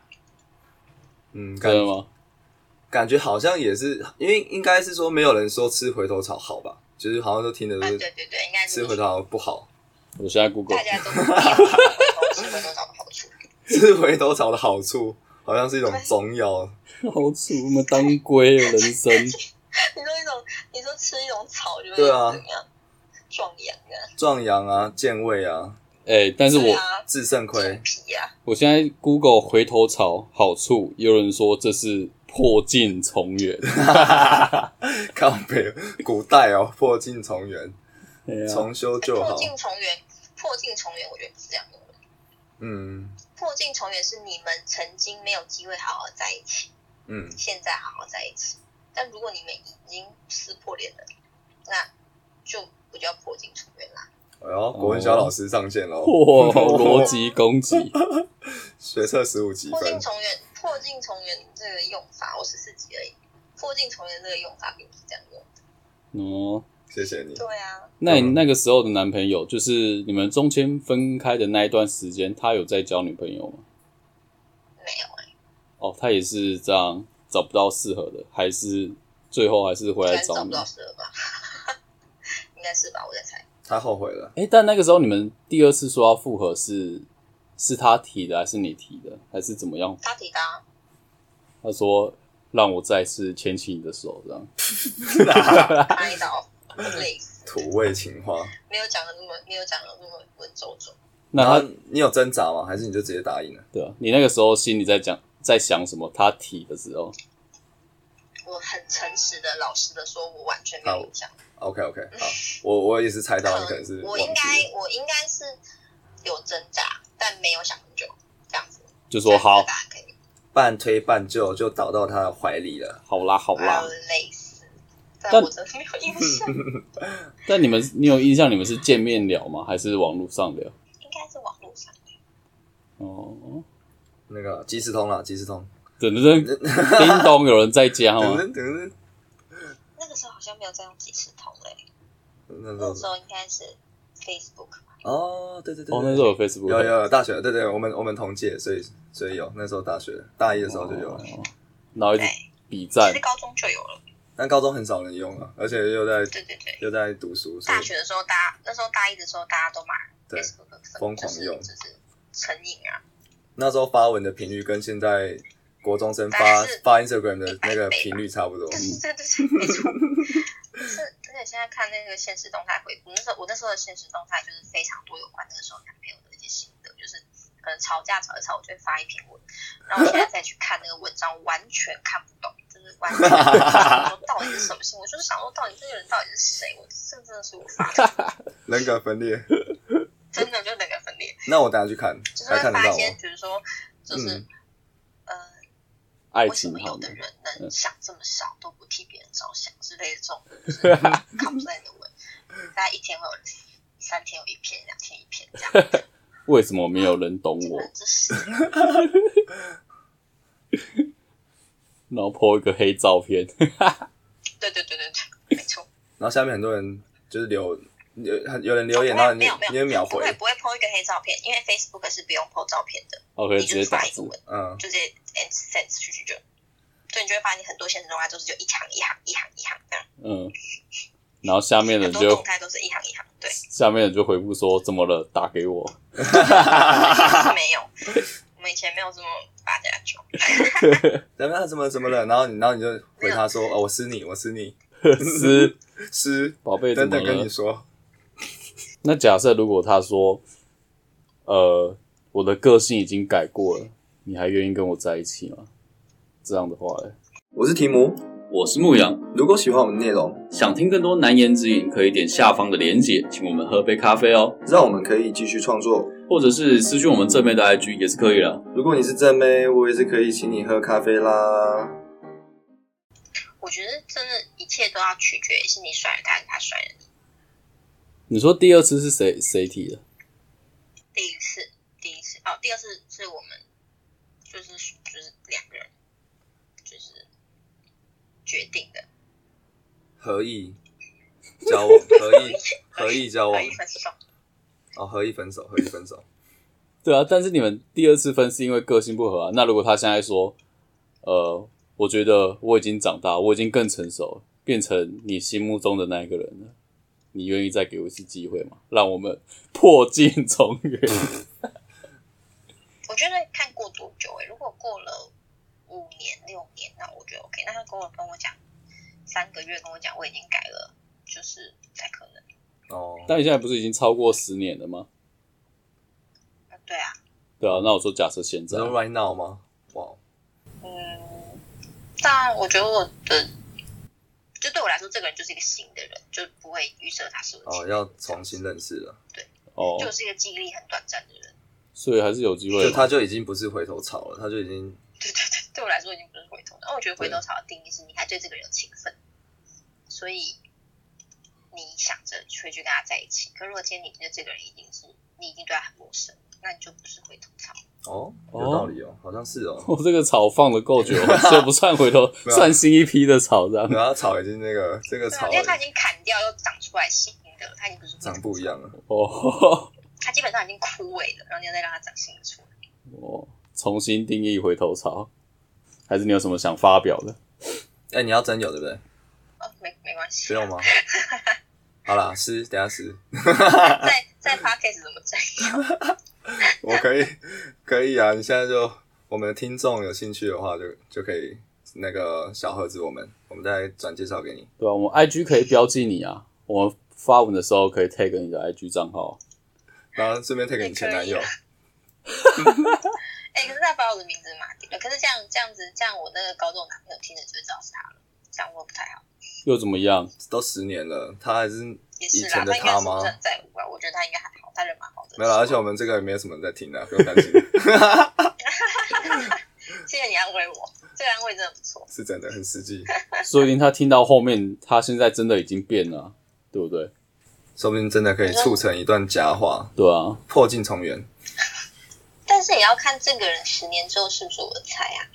Speaker 2: 嗯，感
Speaker 1: 真的吗？
Speaker 2: 感觉好像也是，因为应该是说没有人说吃回头草好吧，就是好像都听的
Speaker 3: 啊
Speaker 2: 都，
Speaker 3: 对
Speaker 2: 是
Speaker 3: 对对，应该
Speaker 2: 吃
Speaker 3: 是
Speaker 2: 回头草不好，
Speaker 1: 我现在 Google，
Speaker 3: 大家都不一样啊吃回头草的好处。
Speaker 2: 吃回头草的好处好像是一种中药，
Speaker 1: 好楚，我们当归了人 生，
Speaker 3: 你说一种，你说吃一种草就会
Speaker 2: 对啊
Speaker 3: 怎么样？壮阳啊，
Speaker 2: 壮阳啊、健胃啊、
Speaker 1: 哎、但是
Speaker 3: 对
Speaker 1: 我
Speaker 3: 啊，
Speaker 2: 治肾亏
Speaker 3: 健。脾啊，
Speaker 1: 我现在 Google 回头草好处，也有人说这是破镜重圆，
Speaker 2: 靠北，古代哦，破镜重圆，
Speaker 1: 哎呀
Speaker 2: 重修旧好
Speaker 3: 破。镜重圆，破镜重圆，我觉得不是这样用的。
Speaker 2: 嗯
Speaker 3: 破镜重圆是你们曾经没有机会好好在一起，
Speaker 2: 嗯
Speaker 3: 现在好好在一起。但如果你们已经撕破脸了，那就不叫破镜重圆啦。
Speaker 2: 哎呦，国文小老师上线喽，
Speaker 1: 哇，逻辑攻 击，
Speaker 2: 学测十五级
Speaker 3: 破
Speaker 2: 分
Speaker 3: 镜。重圆，破镜重圆这个用法，我十四级而已。破镜重圆这个用法并不是这样用。
Speaker 1: 哦，
Speaker 2: 谢谢你。
Speaker 3: 对啊，
Speaker 1: 那你
Speaker 2: 嗯
Speaker 1: 那个时候的男朋友，就是你们中间分开的那一段时间，他有在交女朋友吗？
Speaker 3: 没有哎、
Speaker 1: 哦，他也是这样找不到适合的，还是最后还是回
Speaker 3: 欸，
Speaker 1: 来
Speaker 3: 还是
Speaker 1: 找
Speaker 3: 找不
Speaker 1: 你？
Speaker 3: 到适合吧？ 应该是吧，我在猜。
Speaker 2: 他后悔了，
Speaker 1: 哎、但那个时候你们第二次说要复合是是他提的还是你提的，还是怎么样？
Speaker 3: 他提的 啊，
Speaker 1: 他说让我再次牵起你的手，这样。
Speaker 3: 拍到累死，
Speaker 2: 土味情话。
Speaker 3: 没有讲的那么没有讲的那么文绉绉。
Speaker 1: 那
Speaker 2: 然
Speaker 1: 他
Speaker 2: 后你有挣扎吗？还是你就直接答应了？
Speaker 1: 对啊，你那个时候心里在讲在想什么？他提的时候，
Speaker 3: 我很诚实的、老实的说，我完全没有印象。
Speaker 2: OK OK，好，我我也是猜到你可能是
Speaker 3: 嗯我
Speaker 2: 忘记
Speaker 3: 应
Speaker 2: 了
Speaker 3: 该我应该是有挣扎，但没有想很久，这样子。
Speaker 1: 就说好，
Speaker 3: 大家可以，
Speaker 2: 半推半就就倒到他的怀里了。
Speaker 1: 好啦，好
Speaker 3: 啊
Speaker 1: 啦。
Speaker 3: 累死，但
Speaker 1: 但
Speaker 3: 我真的没有印 象，
Speaker 1: 但你们，你有印象你们是见面聊吗？还是网络上聊？
Speaker 3: 应该是网络上。
Speaker 1: 哦，
Speaker 2: 那个即时通啦，即时通，
Speaker 1: 等 等，叮咚，有人在家
Speaker 2: 噔
Speaker 1: 吗？
Speaker 2: 噔噔
Speaker 3: 那个时候好像没有在用即时通嘞，
Speaker 2: 嗯噔，那时
Speaker 3: 那
Speaker 2: 候
Speaker 3: 个时候应该是 Facebook 吧。
Speaker 2: 哦，对对对，
Speaker 1: 哦，
Speaker 2: 对
Speaker 1: 那时候有 Facebook，
Speaker 2: 有有有大学，对对，我们我们同届，所以所以有那时候大学大一的时候就有了，
Speaker 1: 哦然后一直
Speaker 3: 对，
Speaker 1: 比
Speaker 3: 其
Speaker 1: 战
Speaker 3: 实，高中就有了。
Speaker 2: 但高中很少人用啊了，而且又在
Speaker 3: 对对对，
Speaker 2: 又在读书，所以
Speaker 3: 大学的时候，大家那时候大一的时候，大家都买
Speaker 2: 对
Speaker 3: Facebook 粉
Speaker 2: 疯狂用
Speaker 3: 就是就是成瘾啊。
Speaker 2: 那时候发文的频率跟现在国中生发
Speaker 3: 但是
Speaker 2: 发 Instagram 的那个频率差不多
Speaker 3: 对。对对对，没错。是，而且现在看那个现实动态回顾，那时候我那时候的现实动态就是非常多有关那个时候男朋友的一些心得，就是可能吵架吵一吵，我就会发一篇文，然后我现在再去看那个文章，完全看不懂，就是完全看不懂说到底是什么心，我就是想说到底这个人到底是谁，我这真的是无法，
Speaker 2: 人格分裂。
Speaker 3: 真的就那个分裂，
Speaker 2: 那我等下去看，
Speaker 3: 就是
Speaker 2: 还
Speaker 3: 会
Speaker 2: 看得
Speaker 3: 发一
Speaker 2: 到
Speaker 3: 些
Speaker 2: 吗？
Speaker 3: 比如说就是、
Speaker 2: 嗯
Speaker 3: 呃。
Speaker 1: 爱
Speaker 3: 为什
Speaker 1: 情
Speaker 3: 么
Speaker 1: 好
Speaker 3: 有的
Speaker 1: 难。
Speaker 3: 人
Speaker 1: 嗯
Speaker 3: 能想这么少，都不替别人着想之类的这 种就是 complain 的文，嗯大概一天会有三天有一篇，两天一篇这样。
Speaker 1: 为什么没有人懂
Speaker 3: 这个
Speaker 1: 我
Speaker 3: 人？真是
Speaker 1: 然后 po 一个黑照片，
Speaker 3: 对对对对对，没错。
Speaker 2: 然后下面很多人就是留有有人留言，然后你
Speaker 3: 哦没
Speaker 2: 你会
Speaker 3: 有没有
Speaker 2: 秒
Speaker 3: 不
Speaker 2: 回，
Speaker 3: 会不会 po 一个黑照片，因为 Facebook 是不用 po 照片的，
Speaker 1: 我可以
Speaker 3: 你
Speaker 1: 直
Speaker 3: 就是
Speaker 1: 接打
Speaker 3: 发一个
Speaker 1: 字。
Speaker 3: 文，
Speaker 2: 嗯，
Speaker 3: 就直接 and send 出去就。所以你就会发现很多现实动态都是就一行一行一行一行这样，
Speaker 1: 嗯，然后下面的人
Speaker 3: 很多动
Speaker 1: 就
Speaker 3: 态都是一行一行， 对，
Speaker 1: 下面的人就回复说怎么了？打给我。
Speaker 3: 没有，我们以前没有这么八加九，
Speaker 2: 怎么样怎么怎么了？然后你然后你就回他说哦，我是你，我是你，
Speaker 1: 是
Speaker 2: 是
Speaker 1: 宝贝怎
Speaker 2: 等
Speaker 1: 么
Speaker 2: 等跟
Speaker 1: 了
Speaker 2: 你？说，
Speaker 1: 那假设如果他说，呃，我的个性已经改过了，你还愿意跟我在一起吗？这样的话嘞，
Speaker 2: 我是提姆。
Speaker 1: 我是牧羊，
Speaker 2: 如果喜欢我们的内容，
Speaker 1: 想听更多难言之隐，可以点下方的连结，请我们喝杯咖啡哦，
Speaker 2: 让我们可以继续创作。
Speaker 1: 或者是私讯我们正妹的 IG 也是可以的。
Speaker 2: 如果你是正妹，我也是可以请你喝咖啡啦。
Speaker 3: 我觉得真的，一切都要取决于是你甩了他，还是他甩了你。
Speaker 1: 你说第二次是谁谁提的？
Speaker 3: 第一次，第一次哦，第二次是我们就是就是两个人就是决定的
Speaker 2: 合意交往，合意合意交
Speaker 3: 合
Speaker 2: 往
Speaker 3: 意分手。
Speaker 2: 哦，合意分手，合意分手。
Speaker 1: 对啊，但是你们第二次分是因为个性不合啊。那如果他现在说，呃，我觉得我已经长大，我已经更成熟了，变成你心目中的那一个人了，你愿意再给我一次机会吗？让我们破镜重 圆。
Speaker 3: 我觉得看过多久欸诶、如果过了五年六年，那我觉得 OK。那他跟我跟我讲三个月跟我讲我已经改了，就是不太可能。
Speaker 2: 哦，
Speaker 1: 但你现在不是已经超过十年了吗？
Speaker 3: 啊，对啊，
Speaker 1: 对啊，那我说假设现
Speaker 2: 只
Speaker 1: 在，
Speaker 2: 能 right now 吗？哇，
Speaker 3: 嗯，当然，我觉得我的就对我来说，这个人就是一个新的人，就不会预设他是不是
Speaker 2: 哦，要重新认识了，
Speaker 1: 哦，
Speaker 3: 就是一个记忆力很短暂的人。
Speaker 1: 所以还是有机会
Speaker 2: 就
Speaker 1: 的。
Speaker 2: 他就已经不是回头草了，他就已经
Speaker 3: 对对对，对我来说已经不是回头。然后我觉得回头草的定义是你还对这个人有情分，所以你想着会去跟他在一起。可如果今天你对这个人已经是你已经对他很陌生，那你就不是回头草。
Speaker 2: 哦，
Speaker 1: 哦
Speaker 2: 有道理哦，好像是哦。
Speaker 1: 我这个草放的够久了，这不算回头，
Speaker 2: 没有
Speaker 1: 算新一批的草这样。
Speaker 2: 然后草已经那个这个
Speaker 3: 对啊
Speaker 2: 草，
Speaker 3: 因为他已经砍掉又长出来新的，他已经不是回头
Speaker 2: 长不一
Speaker 3: 草，
Speaker 2: 样了，
Speaker 1: 哦，
Speaker 3: 他基本上已经枯萎了，然后你要再让他长新的出来。
Speaker 1: 我哦重新定义回头草，还是你有什么想发表的？
Speaker 2: 哎，你要真有对不对？
Speaker 3: 哦，没没关系，
Speaker 2: 不用吗？好啦，撕，等一下撕。
Speaker 3: 在在 podcast 怎么这样？
Speaker 2: 我可以，可以啊！你现在就我们的听众有兴趣的话就，就可以那个小盒子我们，我们再转介绍给你。
Speaker 1: 对吧、啊我们 IG 可以标记你啊，我们发文的时候可以 tag 你的 IG 账号啊。
Speaker 2: 然后顺便 take 你前男友
Speaker 3: 也可， 啊哎、可是他把我的名字码掉了，可是这样这样子，这样我那个高中男朋友听着就会知道是他了，这样我不太好。
Speaker 1: 又怎么样？
Speaker 2: 都十年了，他还是
Speaker 3: 也
Speaker 2: 以
Speaker 3: 是啦，
Speaker 2: 前的
Speaker 3: 他应该是
Speaker 2: 吗
Speaker 3: 不是？很在乎吧？我觉得他应该还好，他人蛮好的。
Speaker 2: 没有啦，而且我们这个也没有什么人在听啊的，不用担心，
Speaker 3: 谢谢你安慰我，这个安慰真的不错。
Speaker 2: 是真的很实际。
Speaker 1: 说不定他听到后面，他现在真的已经变了啊，对不对？
Speaker 2: 说不定真的可以促成一段佳话，
Speaker 1: 对啊，
Speaker 2: 破镜重圆。
Speaker 3: 但是也要看这个人十年之后是不是我的菜啊。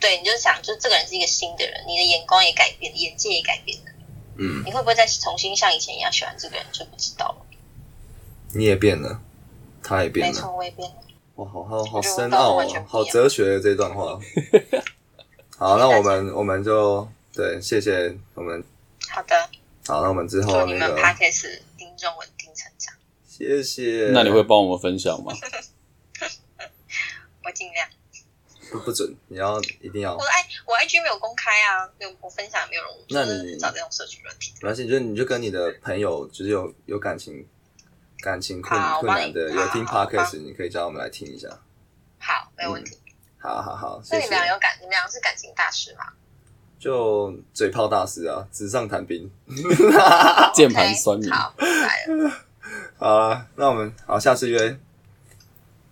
Speaker 3: 对，你就想，就这个人是一个新的人，你的眼光也改变了，眼界也改变了，
Speaker 2: 嗯，
Speaker 3: 你会不会再重新像以前一样喜欢这个人就不知道了。
Speaker 2: 你也变了，他也变
Speaker 3: 没
Speaker 2: 了。
Speaker 3: 错，我也变了。
Speaker 2: 哇，好好好
Speaker 3: 我觉得
Speaker 2: 深
Speaker 3: 我
Speaker 2: 奥
Speaker 3: 们完全
Speaker 2: 哦
Speaker 3: 不，一样
Speaker 2: 好哲学的这段 话。哦好，那我们我们就对，谢谢我们。
Speaker 3: 好的，
Speaker 2: 好，那我们之
Speaker 3: 祝
Speaker 2: 后
Speaker 3: 你
Speaker 2: 哦那
Speaker 3: 们
Speaker 2: 个，
Speaker 3: Podcast 听众稳定成长，
Speaker 2: 谢谢。
Speaker 1: 那你会帮我们分享吗？
Speaker 3: 我尽量。
Speaker 2: 不不准，你要一定要
Speaker 3: 我，的 i 我 IG 没有公开啊，没有我分享没有人，
Speaker 2: 那
Speaker 3: 就
Speaker 2: 你
Speaker 3: 是找这种社群软体。
Speaker 2: 没关系，就是你就跟你的朋友，就是有有感情感情困
Speaker 3: 好
Speaker 2: 困难的，
Speaker 3: 我帮你
Speaker 2: 有听
Speaker 3: 好好
Speaker 2: podcast，你可以叫我们来听一下。
Speaker 3: 好，没有问题。
Speaker 2: 好好好，嗯谢
Speaker 3: 那你
Speaker 2: 谢
Speaker 3: 们。俩有感，你们俩是感情大师吗？
Speaker 2: 就嘴炮大师啊，纸上谈兵。
Speaker 1: 键盘酸民
Speaker 3: OK，好，明白了。
Speaker 2: 好啊，那我们好，下次约。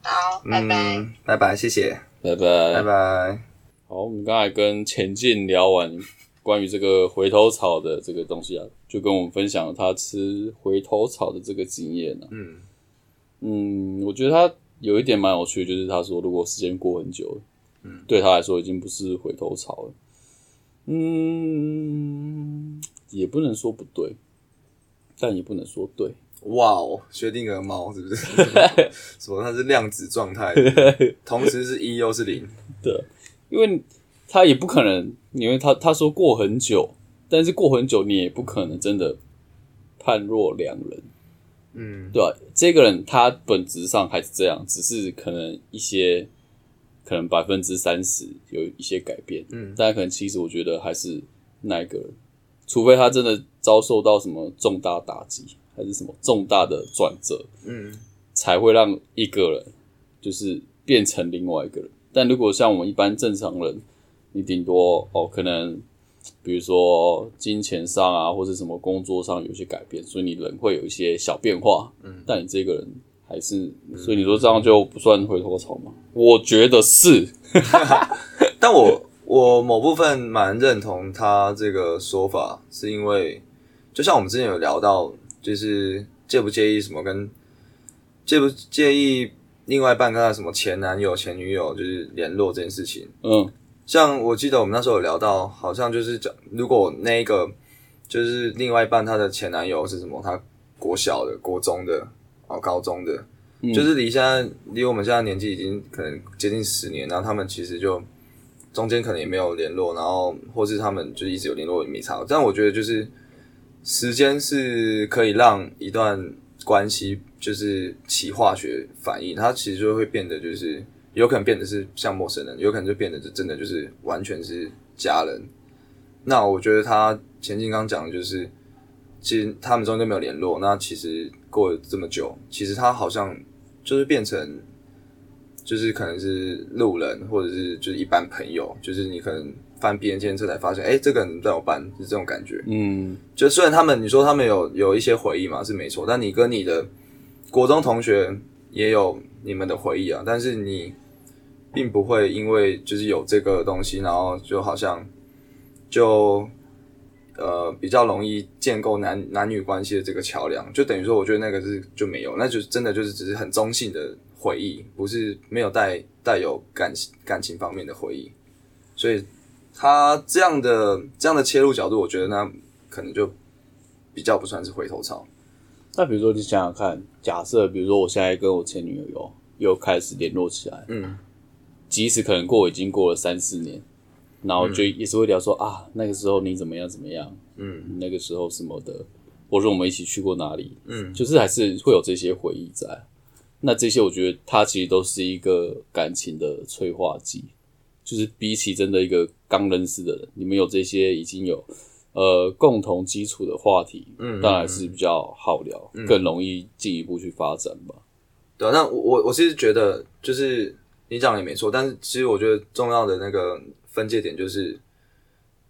Speaker 3: 好，拜拜。
Speaker 2: 嗯，拜拜，谢谢，
Speaker 1: 拜拜拜。
Speaker 2: 拜拜。
Speaker 1: 好，我们刚才跟前进聊完关于这个回头草的这个东西啊，就跟我们分享了他吃回头草的这个经验啊呢、
Speaker 2: 嗯，
Speaker 1: 嗯，我觉得他有一点蛮有趣，就是他说如果时间过很久，
Speaker 2: 嗯，
Speaker 1: 对他来说已经不是回头草了。嗯，也不能说不对，但也不能说对。
Speaker 2: 哇哦，薛定谔猫是不是？什么？它是量子状态，同时是一又是零。
Speaker 1: 因为他也不可能，因为他他说过很久，但是过很久你也不可能真的判若两人，
Speaker 2: 嗯，
Speaker 1: 对吧、这个人他本质上还是这样，只是可能一些可能百分之三十有一些改变，
Speaker 2: 嗯
Speaker 1: 但可能其实我觉得还是那一个人，除非他真的遭受到什么重大打击，还是什么重大的转折，
Speaker 2: 嗯
Speaker 1: 才会让一个人就是变成另外一个人。但如果像我们一般正常人，你顶多哦，可能比如说金钱上啊，或者什么工作上有一些改变，所以你人会有一些小变化。
Speaker 2: 嗯
Speaker 1: 但你这个人还是，所以你说这样就不算回头草吗？我觉得是，
Speaker 2: 但我我某部分蛮认同他这个说法，是因为就像我们之前有聊到，就是介不介意什么跟介不介意另外一半跟他什么前男友、前女友就是联络这件事情。
Speaker 1: 嗯
Speaker 2: 像我记得我们那时候有聊到，好像就是讲，如果那一个就是另外一半她的前男友是什么，他国小的、国中的、哦高中的，
Speaker 1: 嗯
Speaker 2: 就是离现在离我们现在年纪已经可能接近十年，然后他们其实就中间可能也没有联络，然后或是他们就一直有联络也没差。但我觉得就是时间是可以让一段关系就是起化学反应，它其实就会变得就是有可能变得是像陌生人，有可能就变得就真的就是完全是家人。那我觉得他前进刚讲的就是，其实他们中间没有联络，那其实过了这么久，其实他好像就是变成，就是可能是路人或者是就是一般朋友，就是你可能翻边间车才发现，哎、这个人在我班是这种感觉。
Speaker 1: 嗯
Speaker 2: 就虽然他们你说他们有有一些回忆嘛是没错，但你跟你的国中同学也有你们的回忆啊，但是你并不会因为就是有这个东西，然后就好像就呃比较容易建构男男女关系的这个桥梁，就等于说我觉得那个是就没有，那就是真的就是只是很中性的回忆，不是没有带带有感情感情方面的回忆，所以他这样的这样的切入角度，我觉得那可能就比较不算是回头草。
Speaker 1: 那比如说你想想看，假设比如说我现在跟我前女友有又开始联络起来，
Speaker 2: 嗯
Speaker 1: 即使可能过已经过了三四年，然后就也是会聊说、啊，那个时候你怎么样怎么样，
Speaker 2: 嗯
Speaker 1: 那个时候什么的，或者我们一起去过哪里，
Speaker 2: 嗯，
Speaker 1: 就是还是会有这些回忆在。那这些我觉得它其实都是一个感情的催化剂，就是比起真的一个刚认识的人，你们有这些已经有呃共同基础的话题，
Speaker 2: 嗯
Speaker 1: 当然是比较好聊，更容易进一步去发展吧。
Speaker 2: 对啊，那我我我是觉得，就是你讲的也没错，但是其实我觉得重要的那个分界点就是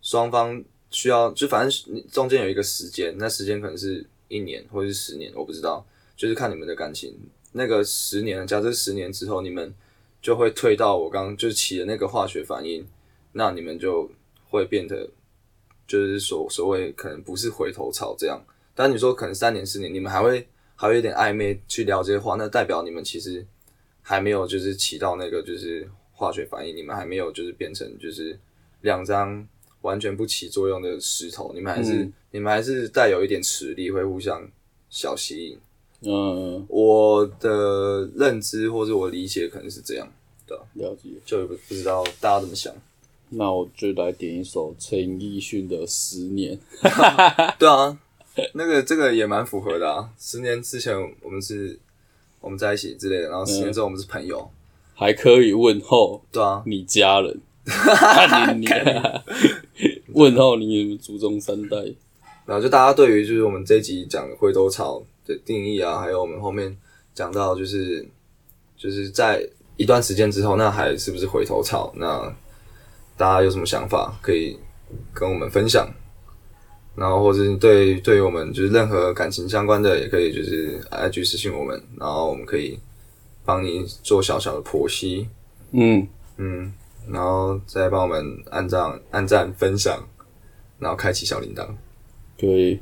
Speaker 2: 双方需要，就反正是你中间有一个时间，那时间可能是一年或者是十年，我不知道，就是看你们的感情。那个十年，假设十年之后你们就会退到我刚就是起的那个化学反应，那你们就会变得就是所所谓可能不是回头草这样。但你说可能三年四年，你们还会还会有点暧昧去聊这些话，那代表你们其实还没有就是起到那个就是化学反应，你们还没有就是变成就是两张完全不起作用的石头，你们还是、
Speaker 1: 嗯
Speaker 2: 你们还是带有一点磁力，会互相小吸引。
Speaker 1: 嗯，
Speaker 2: 我的认知或者我理解可能是这样，
Speaker 1: 了解。
Speaker 2: 就也不不知道大家怎么想。
Speaker 1: 那我就来点一首陈奕迅的《十年》。
Speaker 2: 对啊，那个这个也蛮符合的啊。十年之前我们是我们在一起之类的，然后十年之后我们是朋友。
Speaker 1: 还可以问候
Speaker 2: 对啊，
Speaker 1: 你家 人，看你你、 问候你祖宗三代，
Speaker 2: 然后就大家对于就是我们这一集讲的回头草的定义啊，还有我们后面讲到就是就是在一段时间之后，那还是不是回头草？那大家有什么想法可以跟我们分享？然后或者是对对于我们就是任何感情相关的，也可以就是 IG 私信我们，然后我们可以帮你做小小的剖析，
Speaker 1: 嗯，
Speaker 2: 嗯，然后再帮我们按赞、按赞、分享，然后开启小铃铛。
Speaker 1: 可以，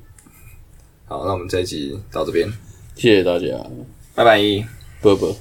Speaker 2: 好，那我们这一集到这边，
Speaker 1: 谢谢大家，
Speaker 2: 拜拜。
Speaker 1: 啵啵。